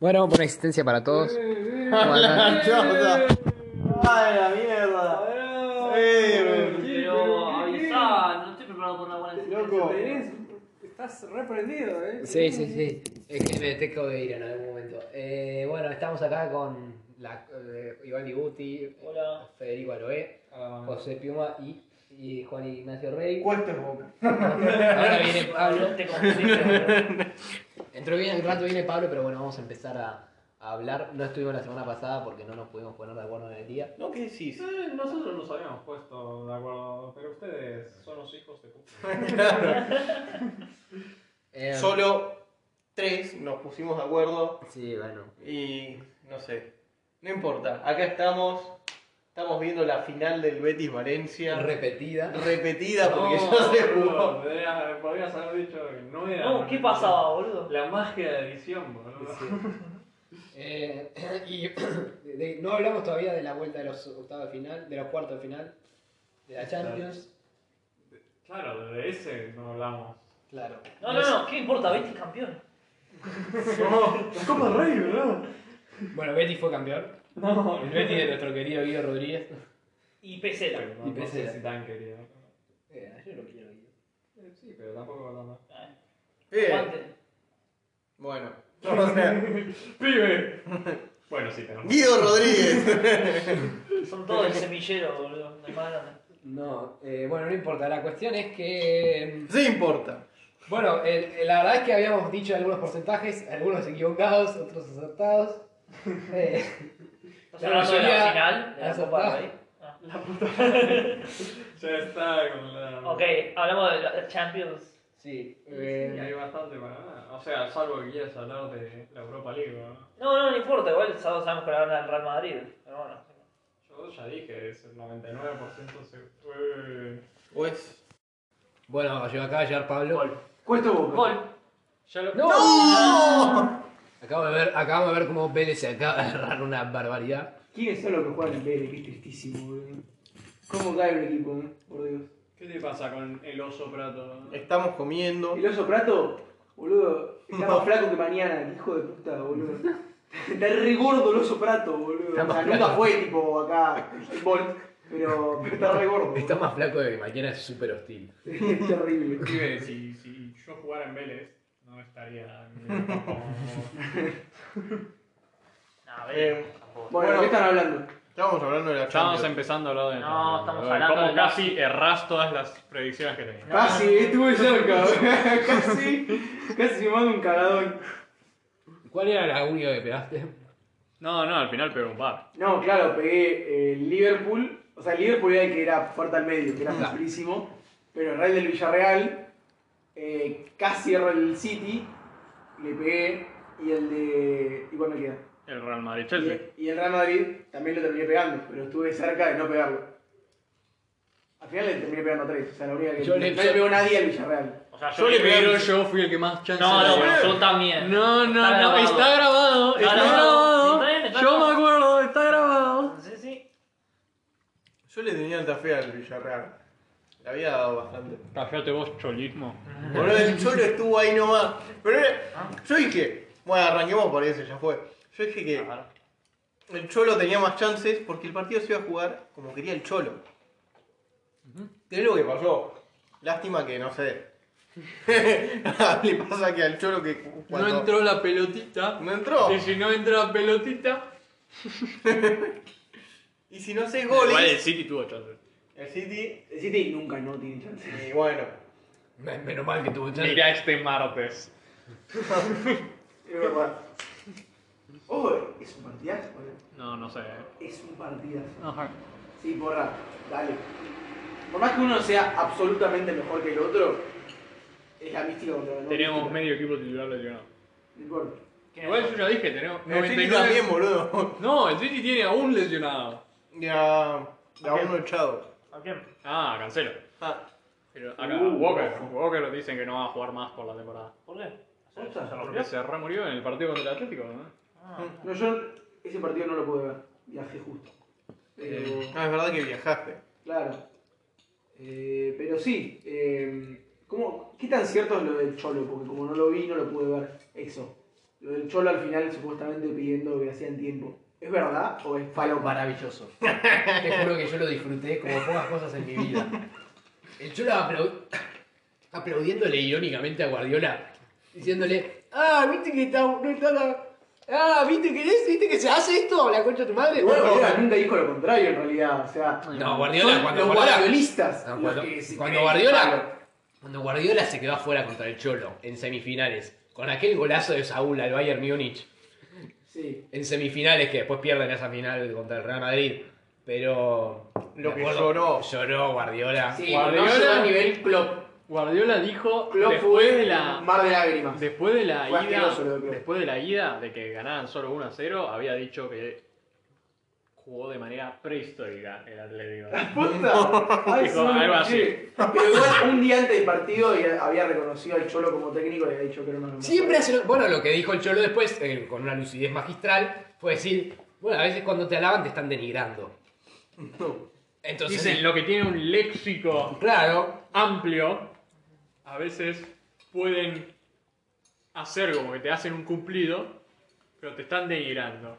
Bueno, buena existencia para todos. La choza. Ay, la mierda. Sí, güey. Pero avisá, no estoy preparado por una buena existencia. Loco. Tenés- Estás reprendido, eh. Sí, sí, sí. Es que me tengo que ir en algún momento. Eh, bueno, estamos acá con la, eh, Iván Liguti, Hola. Federico Aloé, José Piuma y, y Juan Ignacio Rey. Cuesta es boca. Ahora viene Pablo. Te confundiste, boludo. Entró bien, el rato viene Pablo, pero bueno, vamos a empezar a, a hablar. No estuvimos la semana pasada porque no nos pudimos poner de acuerdo en el día. No, ¿qué decís? Eh, Nosotros nos habíamos puesto de acuerdo, pero ustedes son los hijos de puta. Eh, Solo tres nos pusimos de acuerdo Sí, bueno. y no sé. No importa, acá estamos. Estamos viendo la final del Betis Valencia. Repetida. Repetida porque No, ya se jugó. boludo, podrías, podrías haber dicho que no era. No, Oh, ¿qué pasaba, boludo? La magia de edición, boludo. Eh, y de- no hablamos todavía de la vuelta de los octavos de final, de los cuartos de final, de la Champions. Claro, de ese no hablamos. Claro. No, no, no, ¿qué importa? Betis campeón. La Copa Rey, boludo. Bueno, Betty fue campeón. No, El Betty de nuestro querido Guido Rodríguez. Y peseta. No, no sé si tan querido. yo lo quiero, Guido. Eh, Sí, pero tampoco tanto. Bien. Eh, Aguante. Bueno. O sea, ¡Pibe! Bueno, sí, tenemos. Guido Rodríguez. Son todos el semillero, boludo. No hay más grande. No, eh, bueno, no importa. La cuestión es que. em, Sí importa. Bueno, el- el- la verdad es que habíamos dicho algunos porcentajes, algunos equivocados, otros acertados. Eh, ¿Estás La hablando de la mayoría final? ¿De la Copa acertaba. Rey? Ah. La puta. ya está con la. Ok, hablamos de la Champions. sí. Y eh, hay bastante para nada. O sea, salvo que quieras hablar de la Europa League, ¿no? No, no, no importa. Igual el sábado sabemos que la gana el Real Madrid. Pero bueno. Yo ya dije, es el 99% seguro. Pues. bueno, yo acaba de llegar Pablo. Cuesta es boca. Gol. Ya lo. ¡No! ¡No! Acabo de ver, acabo de ver cómo Vélez se acaba de agarrar una barbaridad. ¿Quiénes son los que juegan en Vélez? Qué tristísimo, boludo. ¿Cómo cae un equipo, eh? Por Dios. ¿Qué te pasa con el oso prato? Estamos comiendo. El oso prato, boludo, está más flaco que mañana, qué hijo de puta, boludo. Está re gordo el oso prato, boludo. Está O más sea, nunca flaco. fue tipo acá, Bolt, pero, pero está re gordo. Está más flaco de que mañana, es súper hostil. Es terrible. Pibe, si, si yo jugara en Vélez, no estaría. No, Eh, tampoco. Bueno, ¿de ¿qué están hablando? Estábamos hablando de la Estamos Champions. empezando a hablar de. No, estamos Como hablando de- casi erras todas las predicciones que tenías. Casi, estuve cerca, boludo. casi, casi me mando un cagadón. ¿Cuál era la única que pegaste? No, no, al final pegó un par. No, claro, pegué el Liverpool, o sea, el Liverpool era el que era fuerte al medio, que era Claro. facilísimo, pero el Real del Villarreal, eh, casi el Real City, le pegué, y el de... ¿y cuál me queda? El Real Madrid Chelsea. Y, y el Real Madrid también lo terminé pegando, pero estuve cerca de no pegarlo. Al final le terminé pegando tres, o sea, la única que Yo le- no le pegó nadie al Villarreal. O sea, Yo le creo- pero yo fui el que más chances No, no, le pero di. yo también. No, no, Está no, grabado. está grabado, Está está grabado. grabado. Sí, está bien, está Yo grabado. me acuerdo, está grabado. Sí, sí. Yo le tenía alta fe al Villarreal. Le había dado bastante. Callate vos, cholismo. Boludo, el Cholo estuvo ahí nomás. Pero era- yo dije, bueno, arranquemos por ese, ya fue. Yo dije que el Cholo tenía más chances porque el partido se iba a jugar como quería el Cholo. ¿Qué es lo que pasó? Lástima que no sé. Le pasa que al Cholo que cuando- No entró la pelotita. No entró. Y si no entra la pelotita. Y si no haces Igual el goles, City tuvo chances. el City El City nunca no tiene chance. y bueno, Men- Menos mal que tuvo chance. Mira este martes. Es verdad. Oh, es un partidazo, boludo. No, no sé. eh. es un partidazo. Ajá. Sí, porra, dale. Por más que uno sea absolutamente mejor que el otro, es la mística contra la no Teníamos mística. medio equipo titular lesionado. No importa. Igual yo ya dije, tenemos el City también, 99. boludo. No, el City tiene a un lesionado. Ya, ya uno echado. ¿A quién? Ah, cancelo. Ah, Pero acá, Uh. Walker. Walker dicen que no va a jugar más por la temporada. ¿Por qué? ¿Se, Posta. se rompió? Porque se re murió en el partido contra el Atlético, ¿no? Ah. No, yo ese partido no lo pude ver. Viajé justo. Pero, no, es verdad que viajaste. claro. Eh, pero sí, em, eh, ¿cómo- ¿qué tan cierto es lo del Cholo? Porque como no lo vi, no lo pude ver. Eso. Lo del Cholo al final supuestamente pidiendo que hacían tiempo. ¿Es verdad o es Falo falo? maravilloso. Te juro que yo lo disfruté como pocas cosas en mi vida. El Cholo aplau- aplaudiéndole irónicamente a Guardiola, diciéndole, ah, viste que está, no está la- Ah, viste que es? viste que se hace esto, la concha de tu madre. Igual Bueno, Guardiola nunca dijo lo contrario en realidad, o sea... No, Guardiola, son cuando los Guardiola- guardiolistas No, los cuando- que se cuando creen Guardiola- falo. Cuando Guardiola se quedó afuera contra el Cholo en semifinales, con aquel golazo de Saúl al Bayern Múnich, Sí. en semifinales que después pierden esa final contra el Real Madrid, pero... Lo me que acuerdo, lloró. Lloró Guardiola. Sí, Guardiola- no llegó a nivel Klopp. Guardiola dijo Klopp después fue de la mar de lágrimas. después de la Fue ida asqueroso lo de Klopp. después de la ida de que ganaban solo 1 a 0 había dicho que jugó de manera prehistórica el Atlético. ¡Puta! Ay, Dijo, sí, algo así. sí. Pero igual un día antes del partido y había reconocido al Cholo como técnico y había dicho que era uno de los Siempre mejores. hace. lo- Bueno, lo que dijo el Cholo después, eh, con una lucidez magistral, fue decir: Bueno, a veces cuando te alaban te están denigrando. Entonces. Dicen lo que tiene un léxico Claro. amplio a veces pueden hacer como que te hacen un cumplido, pero te están denigrando.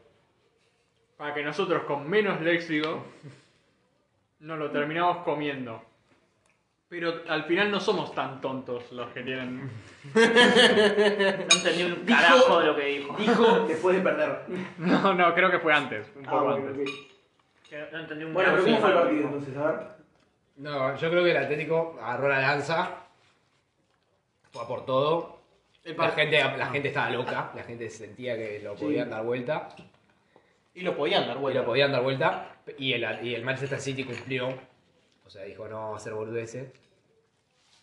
Para que nosotros con menos léxico nos lo terminamos comiendo. Pero al final no somos tan tontos los que tienen. No entendí un carajo de lo que dijo. Dijo después de perder. No, no, creo que fue antes. Un Ah, poco bueno, antes. ok. No, no entendí un Bueno, pero carajo. ¿cómo fue el partido entonces? A ver. No, yo creo que el Atlético agarró la lanza, fue a por todo. La gente, la gente estaba loca, la gente sentía que lo Sí. podían dar vuelta. Y lo podían dar Y lo vuelta. podían dar vuelta. Y el, y el Manchester City cumplió. O sea, dijo: No, vamos a hacer boludeces.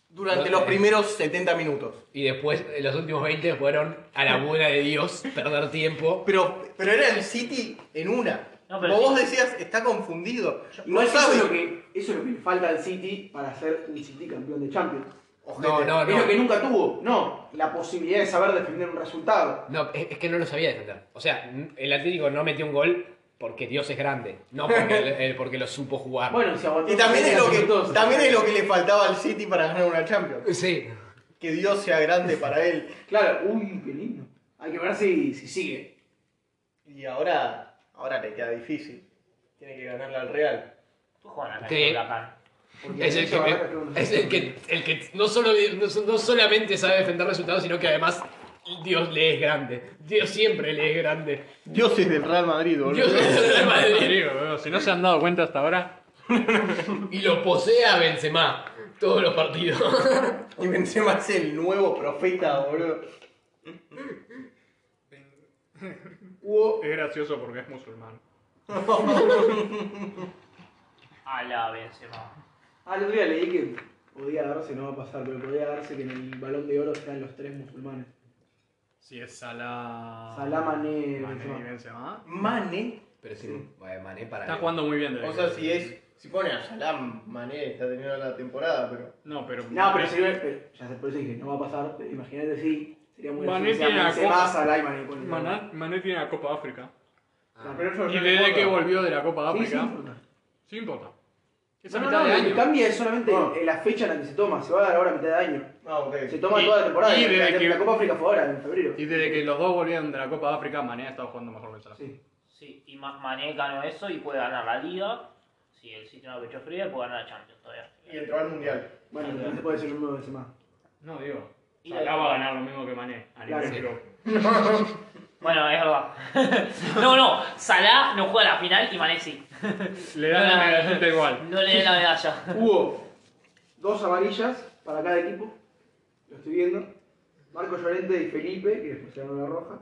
Durante Lo- los primeros 70 minutos. Y después, eh, los últimos 20 fueron a la buena de Dios, perder tiempo. Pero, pero era el City en una. No, pero Como vos sí. decías, está confundido. No Igual eso, sabe. es lo que, eso es lo que le falta al City para ser un City campeón de Champions. Ojete. No, no, Es no. lo que nunca tuvo, no, la posibilidad de saber defender un resultado. No, es, es que no lo sabía defender. O sea, n- el Atlético no metió un gol porque Dios es grande, no porque, el- el- porque lo supo jugar. Bueno, si aguantó Y también es, lo 40 que, minutos, también es lo que le faltaba al City para ganar una Champions. sí. Que Dios sea grande para él. Claro, uy, qué lindo. Hay que ver si, si sigue. Y ahora, ahora le queda difícil. Tiene que ganarle al Real. Tú juegas acá Sí. en Huracán. Porque Es el que, Nacho me- Vargas creo no es sé. el que, el que no, solo, no, so- no solamente sabe defender resultados, sino que además Dios le es grande. Dios siempre le es grande. Dios es del Real Madrid, Dios es el Real Madrid Digo, boludo, si no se han dado cuenta hasta ahora, y lo posee a Benzema todos los partidos. Y Benzema es el nuevo profeta, boludo. Hubo- es gracioso porque es musulmán. A la Benzema. Ah, el otro día leí que podía darse, no va a pasar, pero podía darse que en el balón de oro están los tres musulmanes. Si es Salah. Salah, Mané, Benzema. y Benzema. Mane. Pero sí, bueno, Mané para Está jugando muy bien de O sea, si es. Si pone a Salam, Mané está teniendo la temporada, pero. No, pero. No, pero sirve, pero ya sé, por eso dije, no va a pasar, pero imagínate si sería muy Mané gracioso que sea tiene la Benzema, copa. Salah y Mané con el- Maná- Mané tiene la Copa África. No, pero eso no Y le desde importa. que volvió de la Copa Sí, sí, África, importa. sí importa. Es a No, no, mitad no, de lo que año. cambia es solamente Ah. en la fecha en la que se toma, se va a dar ahora a mitad de año. Ah, ok. Se toma Y- toda la temporada, y la- desde la, que- la Copa África fue ahora, en febrero. Y desde que los dos volvieron de la Copa África, Mané ha estado jugando mejor que Salah. Sí. Sí, y Ma- Mané ganó eso y puede ganar la Liga. Si el City no lo echó fría, puede ganar la Champions todavía. Y entró al mundial. Bueno, no te puede decir un nuevo Benzema. No, digo. Y Salah la- va a ganar lo mismo que Mané. A nivel Claro. club. Bueno, es verdad. no, no, Salah no juega la final y Mané sí. Le dan la medallita igual. No le den la medalla. Hubo dos amarillas para cada equipo, lo estoy viendo. Marco Llorente y Felipe, que después se ganó la roja.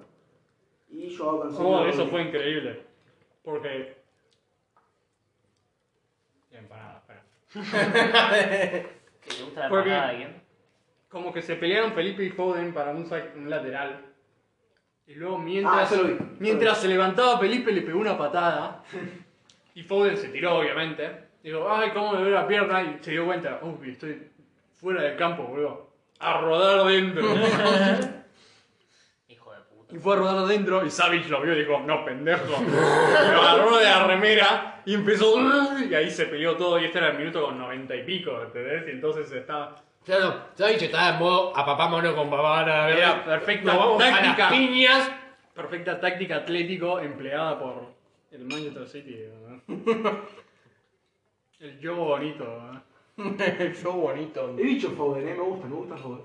Y Joao Cancelo. Oh, eso fue increíble. Porque. Bien, parada, espera. Que le gusta la Porque- empanada de quién. Como que se pelearon Felipe y Foden para un, sa- un lateral. Y luego Ah, mientras, eso lo vi. mientras se levantaba Felipe le pegó una patada. Y Foden se tiró, obviamente. Digo, ay, cómo me duele la pierna. Y se dio cuenta, uy, estoy fuera del campo, boludo. A rodar dentro. Hijo de puta. y fue a rodar dentro. Y Savage lo vio y dijo, no, pendejo. Lo agarró de la remera y empezó. "Ugh", Y ahí se peleó todo. Y este era el minuto con 90 y pico, ¿entendés? Y entonces estaba. Ya no, se ha dicho, estaba en modo apapámonos con papá, nada, ¿verdad? Era perfecta Nos vamos a táctica. las piñas. Perfecta táctica atlético empleada por el Manchester City. ¿verdad? el yo bonito. ¿verdad? Yo bonito. He dicho Foden, eh, me gusta, me gusta Foden.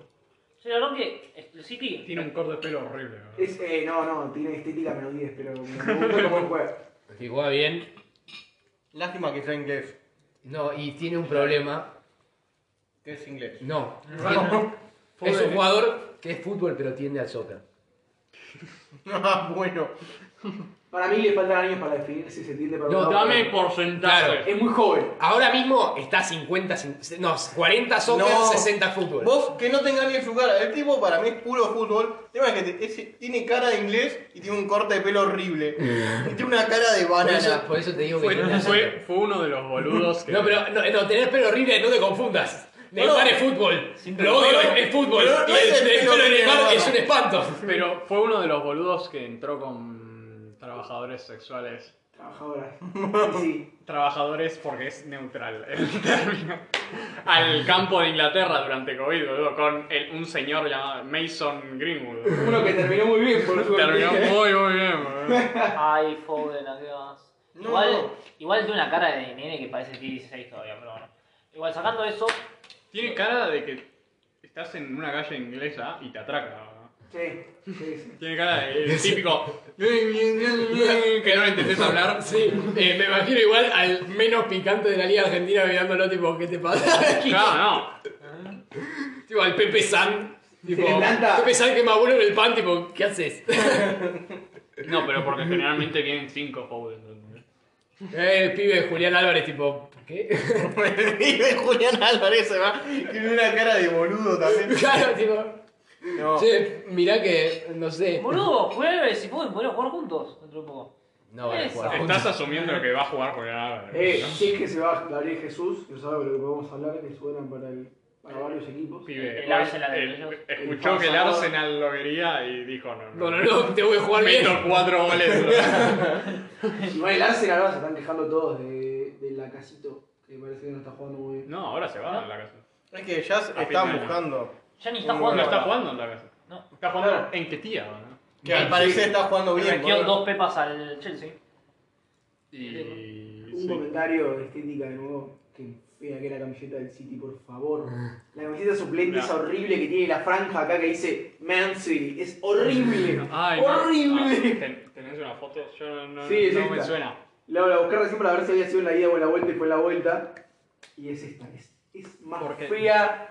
Sí, la verdad que el City Tiene un corte de pelo horrible. ¿verdad? Es, eh, no, no, tiene estética menos 10, pero me gusta cómo juega. Si juega bien. Lástima que sea inglés. No, y tiene un problema. Que es inglés. No. Es un jugador que es fútbol, pero tiende al soccer. Ah, bueno. Para mí le faltan años para definir si se tiende para No, un lado o para Dame otro. porcentaje. Es muy joven. Ahora mismo está 50, cin- no, 40 soccer, No. 60 fútbol. Vos que no tengas ni en su cara. El tipo para mí es puro fútbol. El tema es que te- ese- tiene cara de inglés y tiene un corte de pelo horrible. Y tiene una cara de Mm. Por banana. eso, por eso te digo que tiende Fue, al fue, soccer. fue uno de los boludos que. Eh, No, pero no, no, tenés pelo horrible, no te confundas. Neymar No. es fútbol. Siempre Lo odio, no. es, es fútbol. Pero no Y es el, el el pelo pelo de horrible, Neymar no, es no. un espanto. Pero fue uno de los boludos que entró con trabajadores sexuales. Trabajadoras. Sí. Trabajadores porque es neutral el término. Al campo de Inglaterra durante COVID, boludo, con el- un señor llamado Mason Greenwood. boludo. Uno que terminó muy bien, por suerte. Terminó muy, muy bien, boludo. Ay, Foden, ¿a qué vas? No, igual, no. igual tiene una cara de nene que parece que tiene 16 todavía, pero bueno. Igual sacando eso, Tiene cara de que estás en una calle inglesa y te atraca. boludo. Sí, sí, sí. Tiene cara de el típico. que no le entendés hablar. Sí, eh, me imagino igual al menos picante de la Liga Argentina mirándolo, tipo, ¿qué te pasa? Claro, no. tipo, al Pepe San. Tipo, le planta. Pepe San que más bueno en el pan, tipo, ¿qué haces? No, pero porque generalmente vienen cinco Foden. ¿entendés? Eh, el pibe de Julián Álvarez, tipo, ¿qué? Vive Julián Álvarez, se va. Tiene una cara de boludo también. claro, tipo, No. che, mirá que, no sé. boludo, Julián Álvarez y Foden podrían jugar juntos dentro de poco. No van a jugar juntos. Estás asumiendo que va a jugar Julián Álvarez. Eh, ¿no? si es que se va Gabriel Jesús, que sabe lo que podemos hablar, que suenan para, el, para varios equipos. Pibe, El Arsenal de el- ellos. escuchó que el Arsenal lo quería y dijo no. No, no, no, te voy a jugar bien. Meto cuatro goles. Igual el Arsenal ahora se están quejando todos de, de la casito, que parece que no está jugando muy bien. no, ahora se va en la casa. Es que ya A están final. buscando. Ya ni está No, Uh, No jugando. está ahora. jugando en la casa. No. Está jugando en Ketía, ¿no? Que al parecer está jugando Le bien. metió boludo. dos pepas al Chelsea. Y. Un sí. comentario de estética de nuevo, que fea que la camiseta del City, por favor. Ah. La camiseta suplente No. esa horrible que tiene la franja acá que dice Man City, es horrible. Ay, no. Ah, horrible. ten- ¿Tenés una foto? Yo no, no- Sí, es no esta. me suena. La, la busqué recién para ver si había sido en la ida o en la vuelta y fue en la vuelta. Y es esta, es, es más ¿Por qué? fea.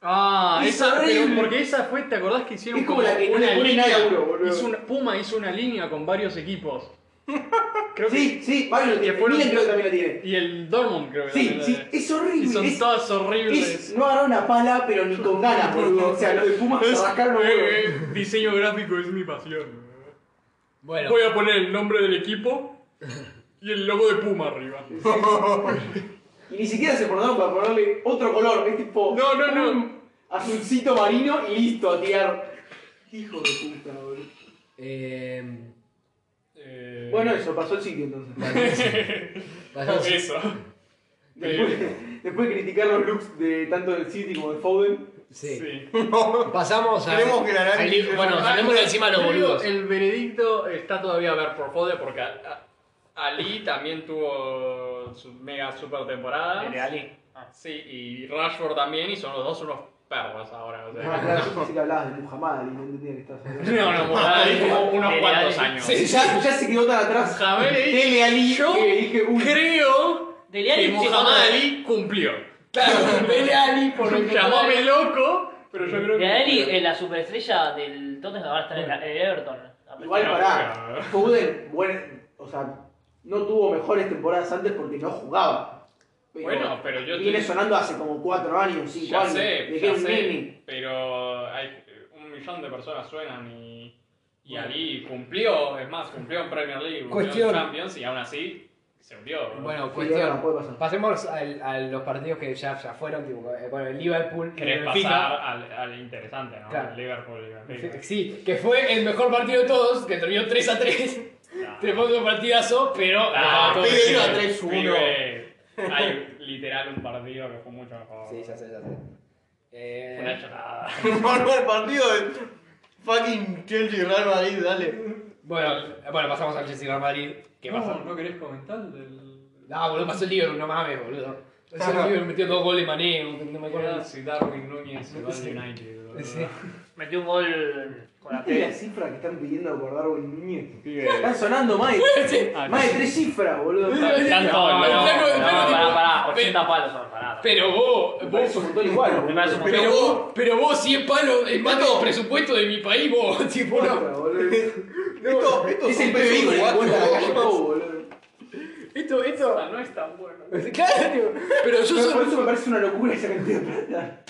Ah, Es esa, pero horrible. porque esa fue, ¿te acordás que hicieron Es como la que no le ponen euro, boludo. hizo una, Puma hizo una línea con varios equipos. Creo que- Sí, sí, varios. Y Miren después creo los- que también la tiene. Y el Dortmund creo que Sí, también la sí, tiene. es Y horrible. son es- todas horribles. es- no agarraron una pala, pero ni con ganas, boludo. O sea, los de Pumas se Es- rascaron un eh, huevo. eh, diseño gráfico es mi pasión. Bueno, Voy a poner el nombre del equipo y el logo de Puma arriba. Y ni siquiera se portaron para ponerle otro color. Es tipo. No, no, no. un Azulcito marino y listo, a tirar. Hijo de puta, boludo. eh, Eh, Bueno, eso, pasó el sitio entonces. vayamos- eso. Después, después de criticar los looks de tanto del City como de Foden. sí. Sí. Pasamos a. Queremos que la nariz- al li- Bueno, salémoslo encima a los Yo digo, boludos. El veredicto está todavía a ver por Foden porque a- a- Ali también tuvo su mega super temporada. El de Ali. Ah. Sí, y Rashford también, y son los dos unos perros ahora. o sea. Ah, claro, yo pensé que hablabas de Muhammad y no entendía que estabas hablando. no, no, Ali tuvo unos El de cuantos Ali. años. Sí. Ya, ya se quedó tan atrás. Javier Ali. Dele Ali. Yo que dije, uy, Creo Dele Ali que sí, Muhammad cuando- Ali cumplió. Claro, Dele Ali por lo que- Llamame loco, pero yo creo que. De Ali, eh, la superestrella del Tottenham, ahora está en el- el Everton. Igual No, pará. no. Foden, bueno, o sea, no tuvo mejores temporadas antes porque no jugaba. Pero Bueno, pero yo Viene te- sonando hace como 4 años, 5 Ya años. sé, Le ya dijeron Nini. sé, pero hay un millón de personas suenan y, y Ali cumplió, es más, cumplió en Premier League, cumplió Cuestión. en Champions y aún así se hundió. ¿no? Bueno, ahora puede pasar. cuestión. Pasemos al- a los partidos que ya, ya fueron, tipo, eh, bueno, el Liverpool. y el Querés Benfica. pasar al, al interesante, ¿no? Claro. Al Liverpool. y al Benfica. Sí, que fue el mejor partido de todos, que terminó 3 a 3. No. Te pongo un partidazo, pero. Ah, Ah, todo pibe, bien. iba 3-1. Pibe, Hay literal un partido que fue mucho mejor. Sí, ya sé, ya sé. Eh, Una chorrada. Bueno, el partido de fucking Chelsea y Real Madrid, dale. bueno, eh, bueno, pasamos al Chelsea Real Madrid. ¿Qué no, pasa? ¿No querés comentar del. No, boludo, pasó el Liverpool, no mames, boludo. Pasó el Liverpool metió dos goles mané, no me acuerdo. si Darwin Núñez se va al Sí. United, boludo. Sí. Metió un gol con la ¿Viste la tele. cifra que están pidiendo por Darwin Núñez? Pibe. Están sonando más de, Ah, más de tres cifras, boludo. Tanto, No, no, el no, flaco- el flaco tipo- pará, pará, pe- 80 palos son, pará. Pero vos, Es vos un montón igual, Me boludo. parece un pero montón. vos, pero vos 100 palos es más Pato. del presupuesto de mi país, vos, tipo, no. Otra, boludo. Esto, esto Es son el pesos PBI con el que cuatro, cuenta la calle boludo. Pou, boludo. Esto, esto. Ah, No es tan bueno. Claro, tipo, pero yo Pero Por soy. eso me parece una locura esa cantidad de plata.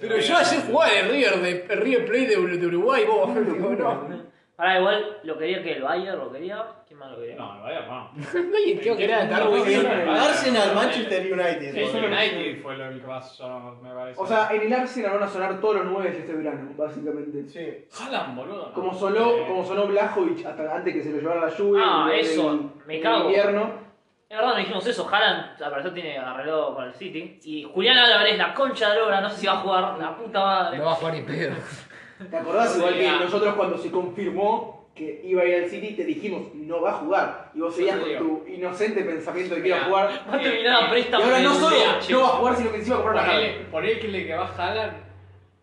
Pero yo ayer jugaba de River, de River Play de, Ur- de Uruguay, vos, tipo, no. Pará, igual lo quería que el Bayern lo quería. ¿Quién más lo quería? No, vaya, vamos. Nadie creo que era de Darwin. Sí, Núñez. sí. Arsenal, Manchester United. El boludo. United fue lo que pasó, me parece. O sea, en el Arsenal van a sonar todos los nueve este verano, básicamente. Sí. Haaland, boludo. ¿no? Como sonó, Eh, como sonó Blajovic hasta antes que se lo llevara la lluvia. Ah, en el- eso, me en el cago. invierno. Es verdad, no dijimos eso. Haaland, al parecer, tiene arreglado con el City. Y Julián Álvarez, la concha de la lora, no sé si va a jugar. La puta madre. No va a jugar ni pedo. ¿Te acordás Sí, igual que ah. nosotros cuando se confirmó que iba a ir al City te dijimos no va a jugar? Y vos seguías Yo con te tu inocente pensamiento de que Mira. iba a jugar. Va a terminar a Y préstamo. ahora en no el solo Mundial, no chicos. va a jugar, sino que encima compró la cara. Ponele, ponele que le que va Haaland.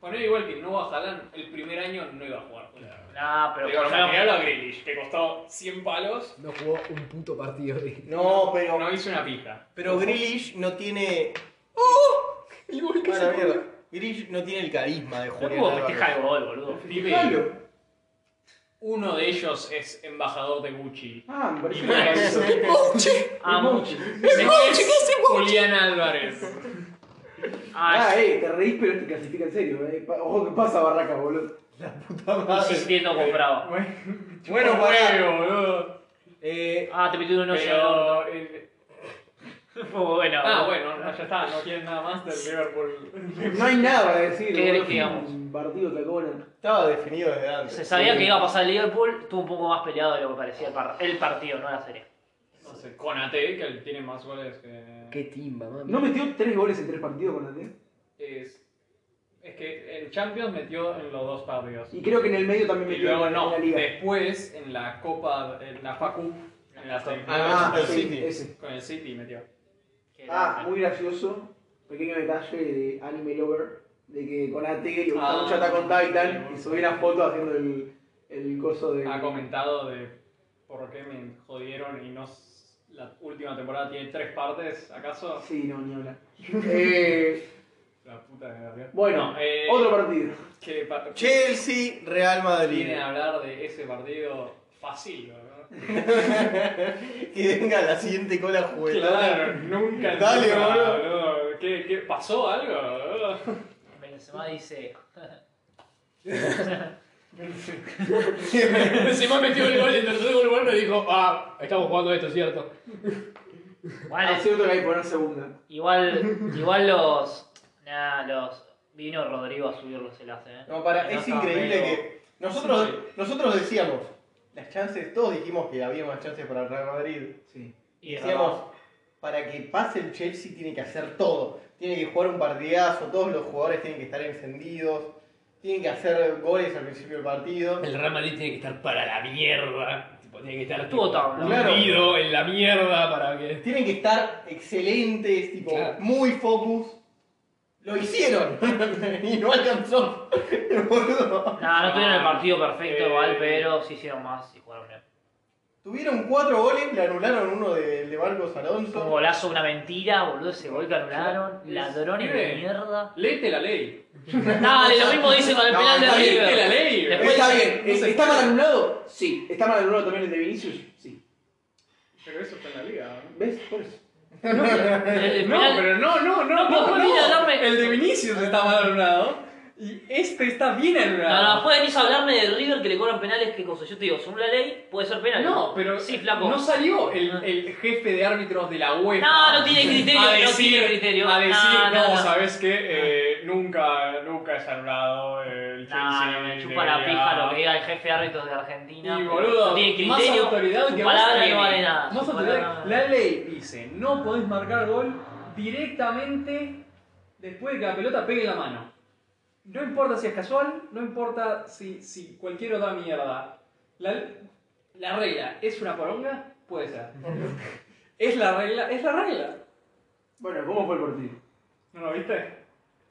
Ponele igual que no va Haaland, el primer año no iba a jugar. No, pero Digo, por no, lo menos- miralo a Grealish, que costó 100 palos, No jugó un puto partido. No, pero. no hizo una pija. Pero Grealish no tiene. El gol Ah, la mierda. Grealish no tiene el carisma de no Julián. pudo Álvarez. festejar el gol, boludo. Pibe, Claro. uno de ellos es embajador de Gucci. Ah, me parece Y que era eso. después Ah, mucho. es Julián Álvarez. Ah, Ah, eh, te reís pero te clasifica en serio, eh. Pa- Ojo que pasa Barraca, boludo. Ah, insistiendo comprado. Bueno, para. Juego, boludo. Eh, Ah, te metió un hoyo en el orto. Pero, el- Fue bueno. Ah, boludo. bueno, no, ya está, no quieren nada más del Liverpool. No hay nada para decir. ¿Qué boludo. querés que digamos? Un partido tacona. estaba definido desde antes. Se sabía Sí. que iba a pasar el Liverpool, estuvo un poco más peleado de lo que parecía el, par- el partido, no la serie. No sé, Conate, que él tiene más goles que. Qué timba, mami. ¿No metió tres goles en tres partidos con la T? Es, es que en Champions metió en los dos partidos. Y creo que en el medio también Y metió luego en la- no, en la liga. después en la Copa, en la Facu, en la semifinal, Ah, Ah, Manchester sí, City. ese. con el City metió. Que Ah, era- muy gracioso. Pequeño detalle de Anime Lover. De que con AT y Ah. mucho Attack on Titan y subí una foto haciendo el, el coso de. Ha comentado de por qué me jodieron y no. s- La última temporada tiene tres partes, ¿acaso? Sí, no, ni hablar. Eh, La puta que me parió. bueno, No, eh, otro partido. que pa- Chelsea, Real Madrid. viene a hablar de ese partido fácil, ¿no? Que venga la siguiente cola juguetona. Claro, nunca. en Pues, Dale, su vida, boludo. boludo. ¿Qué, qué, pasó algo? boludo? Benzema dice. Benzema metió el gol, el tercer gol bueno y dijo, ah, estamos jugando esto, ¿cierto? Igual, Ah, Así otro que hay que poner segunda. igual, igual los. Nah, los. Vino Rodrigo a subir los enlaces, eh. No, para, No es estaba increíble medio- que. Nosotros, nosotros decíamos, las chances, todos dijimos que había más chances para el Real Madrid. Sí. Y decíamos, para que pase el Chelsea tiene que hacer todo. Tiene que jugar un partidazo, todos los jugadores tienen que estar encendidos, tienen que hacer goles al principio del partido. El Real Madrid tiene que estar para la mierda. Tipo, tiene que estar Estuvo tipo, tan- Claro. hundido en la mierda para que. Tienen que estar excelentes, tipo, Claro. muy focus. Lo hicieron y no alcanzó. boludo. Nah, no tuvieron el Ah, partido perfecto Eh. igual, pero sí hicieron más y jugaron bien. Tuvieron cuatro goles, le anularon uno de, de Marcos Un Alonso. golazo, una mentira, boludo, ese gol que anularon. Ladrones de Pibe. mierda. Léete la ley. Dale, lo mismo dice con el No, penal de está bien, Léete la River. ley. Después- boludo. ¿Está bien? sí, no sé. ¿Está mal anulado? Eh, Sí. ¿Está mal anulado también el de Vinicius? Sí. Pero eso está en la liga, ¿no? ¿Ves? Por eso. El- el No, penal- pero no, no, no, puedo no, venir a no. hablarme- El de Vinicius está mal anulado y este está bien anulado. No, no, después venís a hablarme de River que le cobran penales que cosa. Yo te digo, según la ley, puede ser penal. No, pero Sí, flaco. Ah. no salió el, el jefe de árbitros de la UEFA. No, no tiene criterio, a no decir- tiene criterio. A decir, No, no, no, no. sabes que nunca, nunca es anulado el Chelsea. No, no, me chupa la debería- pija lo que diga el jefe de árbitros de Argentina. Y boludo, no tiene más criterio, autoridad su que vos palabra tiene. no vale nada. Más su autoridad- palabra no vale La nada. ley dice, no podés marcar gol directamente después de que la pelota pegue en la mano. No importa si es casual, no importa si, si cualquier otra mierda. La, la regla es una poronga, puede ser. es la regla, es la regla. Bueno, ¿cómo fue el partido? ¿No lo viste?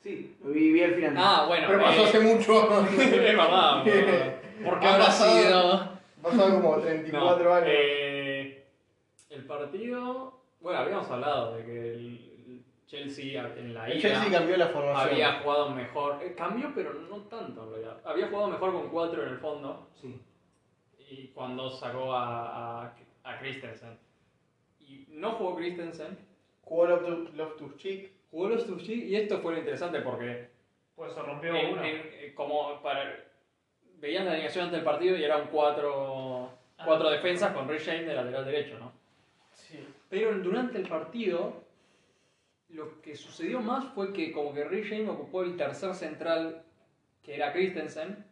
Sí, lo vi, vi al final. Ah, bueno. Pero pasó eh, hace mucho. es verdad. boludo. ¿Por qué Ha habrá pasado sido? Pasaron como No, 34 años. eh, el partido. Bueno, habíamos hablado de que el Chelsea en la El ida Chelsea cambió la formación. había jugado mejor. Eh, cambió, pero no tanto en realidad. Había jugado mejor con 4 en el fondo. Sí. Y cuando sacó a, a, a Christensen. Y no jugó Christensen, Jugó Loftus- Loftus-Cheek. jugó los Tuchik. Y esto fue lo interesante porque Pues se rompió en- uno. en- eh, como para veían la alineación antes del partido y eran cuatro, Ah. cuatro defensas con Ray James de lateral derecho, ¿no? Pero durante el partido lo que sucedió más fue que como que Ray James ocupó el tercer central que era Christensen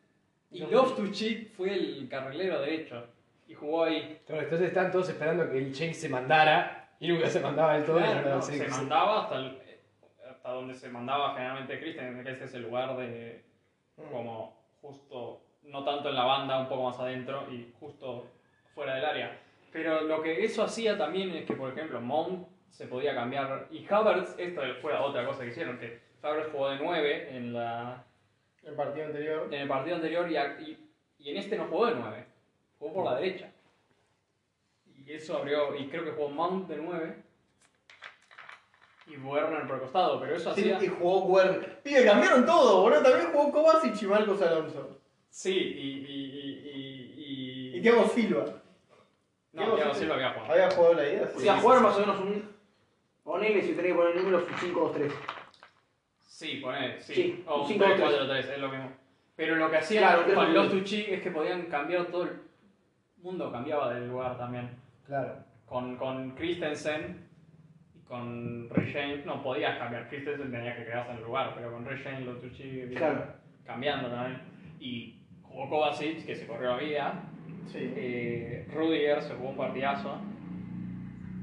y Loftus-Cheek fue el carrilero derecho y jugó ahí. Claro, entonces estaban todos esperando que el Jake se mandara y nunca se mandaba del todo. y Claro, andaba no, así, se que se- mandaba hasta, el- eh, hasta donde se mandaba generalmente Christensen, que ese es el lugar de, como justo, no tanto en la banda, un poco más adentro y justo fuera del área. Pero lo que eso hacía también es que, por ejemplo, Mount se podía cambiar y Havertz, esto fue otra cosa que hicieron, que Havertz jugó de 9 en, la, El partido anterior. en el partido anterior y, a- y- y en este no jugó de 9, jugó por la derecha. Y eso abrió, y creo que jugó Mount de 9 y Werner por el costado, pero eso Sí, hacía... y jugó Werner. Pide, cambiaron todo, boludo. También jugó Kovacic y Marcos Alonso. Sí, y... y, y, y- Y Thiago Silva. No, Thiago Silva había jugado. Había jugado la idea. O sea, jugar más o menos un. Ponele si tenés que poner números 5, 2, 3. Sí, poner, sí. Sí, O un cinco, 3, tres. 4, 3, es lo mismo. Pero lo que hacían Claro, tres, con cuatro, los Tuchik es que podían cambiar todo el mundo, cambiaba del lugar también. Claro. Con, con Christensen y con Ray James no podías cambiar. Christensen tenía que quedarse en el lugar, pero con Ray James los Tuchik iban Claro. cambiando también. Y jugó Kovacic, que se corrió la vida. Sí. Eh, Rudiger se jugó un partidazo.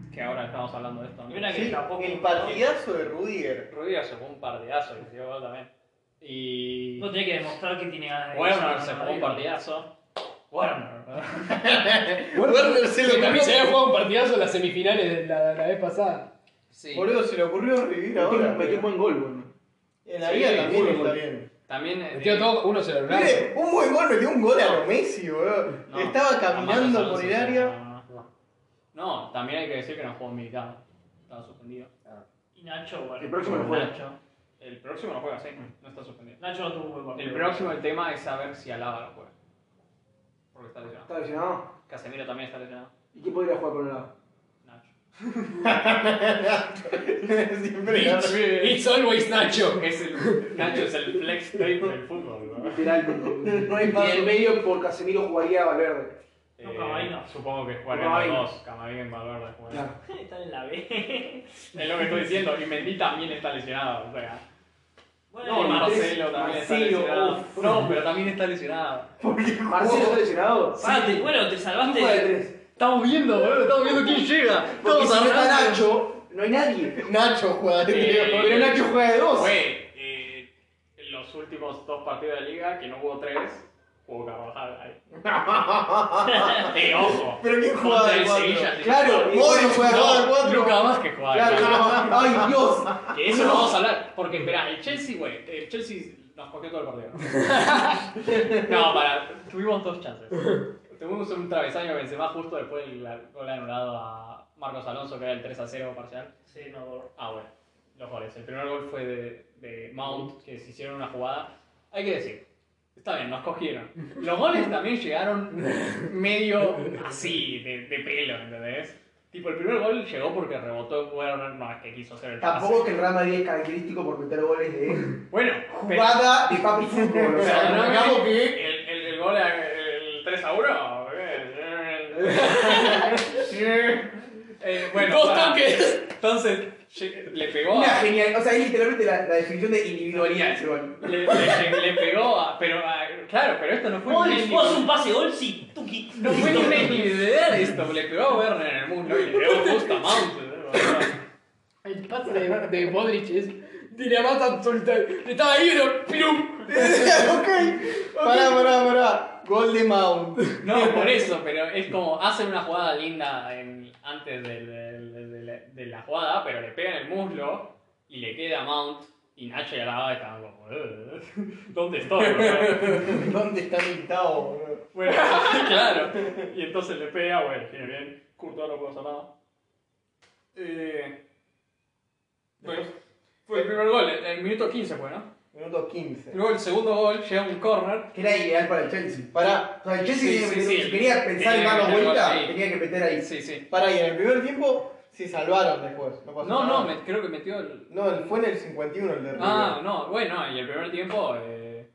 Que ahora estamos hablando de esto. ¿no? Y una que Sí, tampoco. el partidazo de Rudiger. Rudiger se jugó un partidazo y se dio gol también. Y. Vos tenés que demostrar que tiene ganas de Werner ganar, se ¿no? jugó un partidazo. Werner. Werner se lo Que también se había ocurrió. jugado un partidazo en las semifinales de la, la vez pasada. Sí. Boludo, se le ocurrió revivir ahora. Metió un buen gol, bueno. En la Sí, vida también muy está bueno. bien. También. eh, Metió todo, uno se lo ganó. Mire, un buen gol metió un gol a lo Messi, boludo. no, Estaba Amaro caminando por Alonso, el sí, área. no, no, no. No, también hay que decir que no jugó Militao. Estaba suspendido. Y Nacho, bueno. El próximo lo juega. Nacho. El próximo no juega, sí. No está suspendido. Nacho no tuvo un buen partido. El próximo el tema es saber si Alaba no juega. Porque está lesionado. Está lesionado. Casemiro también está lesionado. ¿Y quién podría jugar por el lado? Nacho. Siempre ganó. It's always Nacho. Es el, Nacho es el flex tape del fútbol, ¿no? Literalmente. No hay y más. en el medio por Casemiro jugaría Valverde. No, Camavinga. Eh, Supongo que jugarían Camavinga. los dos, Camavinga y Valverde juegan. Claro. Están en la B. Es lo que estoy diciendo, y Mendy también está lesionado, o sea. Bueno, No, y y Marcelo Marcelo. también está Marcelo, lesionado. uf. No, pero también está lesionado. ¿Marcelo está lesionado? Pará, te- bueno, ¿Quién te juega de salvaste. tres? Estamos viendo, boludo, estamos viendo quién llega. Porque Todos si no está hablando. Nacho, no hay nadie. Nacho juega de Eh, medio. Pero Nacho juega de dos. Fue eh, en los últimos dos partidos de la liga, que no hubo tres, jugó Carvajal ahí. Eh, ojo. Pero ¿quién jugaba Contra de el cuatro? Sevilla, sí. Claro, y bueno, Modric juega de jugaba de dos. cuatro. Luca Vázquez jugaba de Claro, cuatro. no. ay Dios. Que eso lo vamos a hablar. Porque, espera, el Chelsea, güey. El Chelsea nos cogió todo el partido. no, para. Tuvimos dos chances. Tuvimos un travesaño que Benzema justo después del gol anulado a Marcos Alonso, que era el 3 a 0 parcial. Sí, no, boludo. Ah, bueno. Los goles. El primer gol fue de, de Mount, que se hicieron una jugada. Hay que decir. Está bien, nos cogieron. Los goles también llegaron medio así, de, de pelo, ¿entendés? Tipo, el primer gol llegó porque rebotó Werner, no es que quiso hacer el pase. Tampoco que el Real Madrid es característico por meter goles de Bueno, pero- Jugada. de papi fútbol. O sea, Pero no, Acabo no, que- El, el, el gol, el 3 a 1. eh, bueno, Dos pará. tanques. Entonces, lleg- le pegó una a. genial. O sea, es literalmente la, la definición de individualidad ese gol. Le, le lleg- le pegó a. Pero, a- claro, pero esto no fue Vos un le Messi. jugás un pase gol si tú qui- No fue ni Messi de esto. Le pegó a Werner en el muslo y le pegó justo a Mount. ¿eh? ¿no? El pase de, de Modric es. Diría, mata soltar. Estaba ahí, pero. ¡Pirum! ok. Pará, pará, pará. Gol de Mount. No, por eso, pero es como hacen una jugada linda en- antes del- del- del- del- de, la jugada, pero le pegan el muslo y le queda a Mount y Nacho y Alaba estaban como, "Eh, ¿dónde estoy? boludo?". ¿Dónde está mi Tao, boludo? bueno, claro. Y entonces le pega, bueno, tiene bien, Courtois no puede hacer nada. Eh, bueno, fue el primer gol, el, el minuto 15 fue, ¿no? Minuto 15. Luego el segundo gol llega un corner. Que era ideal para el Chelsea. Pará, O sea, el Sí, Chelsea tenía que sí, meter- sí. si quería pensar en Tenía que mano meter vuelta, gol, sí. tenía que meter ahí. Sí, sí. pará, y en el primer tiempo se salvaron después. No pasó No, nada. no, me- creo que metió el... No, el- fue en el 51 el de Ah, River. no, bueno, y el primer tiempo, eh,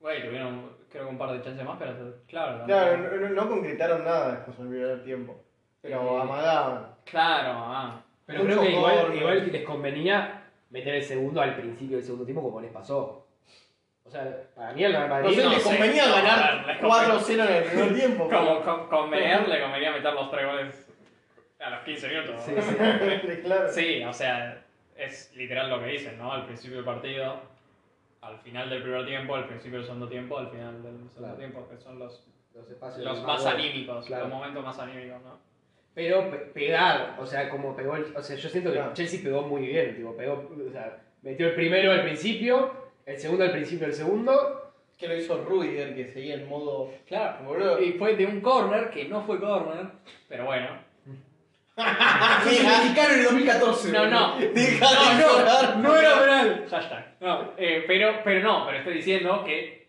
bueno, tuvieron creo que un par de chances más, pero claro. no- Claro, no, no- no concretaron nada después en el primer tiempo. Pero Sí. amagaban. Claro, ah. Pero Mucho creo que igual, gol. igual les convenía meter el segundo al principio del segundo tiempo como les pasó. O sea, para mí el Real Madrid... Entonces no les sé, convenía no, no, ganar les 4-0 en el primer tiempo. Como con, convenir, le convenía meter los tres goles a los 15 minutos. Sí, ¿no? sí. claro. Sí, o sea, es literal lo que dicen, ¿no? Al principio del partido, al final del primer tiempo, al principio del segundo tiempo, al final del segundo Claro. tiempo, que son los, Los espacios los de más Maguire. anímicos, Claro. los momentos más anímicos, ¿no? Pero pe- pegar, o sea, como pegó el, O sea, yo siento que Claro. Chelsea pegó muy bien, tipo, pegó, o sea, metió el primero al principio, el segundo al principio del segundo. Que lo hizo Rudiger, que seguía en modo. Claro. Boludo. Y fue de un corner que no fue corner, pero bueno. Ah, Sos el mexicano en el 2014. ah. No, no. Deja de no, llorar. No era penal. Hashtag. No, eh, pero, pero no, pero estoy diciendo que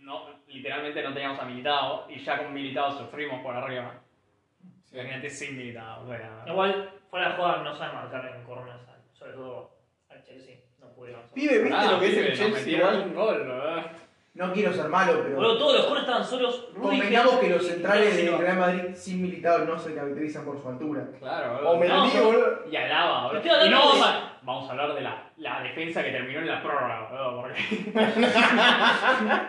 no, literalmente no teníamos a Militao y ya con Militao sufrimos por arriba. Imagínate sin Militao. o sea. Igual, fuera de jugar no saben marcar en corners, al- sobre todo al Chelsea. No pudieron. Pibe, ¿viste Ah, lo que es pibe, el nos Chelsea? metieron igual? un gol, ¿verdad? No quiero ser malo, Boludo, pero todos los corners estaban solos. Rudiger convengamos que los y centrales Casino. del Real Madrid sin militados no se caracterizan por su altura. Claro, O ¿verdad? Mendy, no. boludo. Y alaba, ¿verdad? Estoy hablando Y no vamos de- a, vamos a hablar de la, la defensa que terminó en la prórroga, ¿verdad?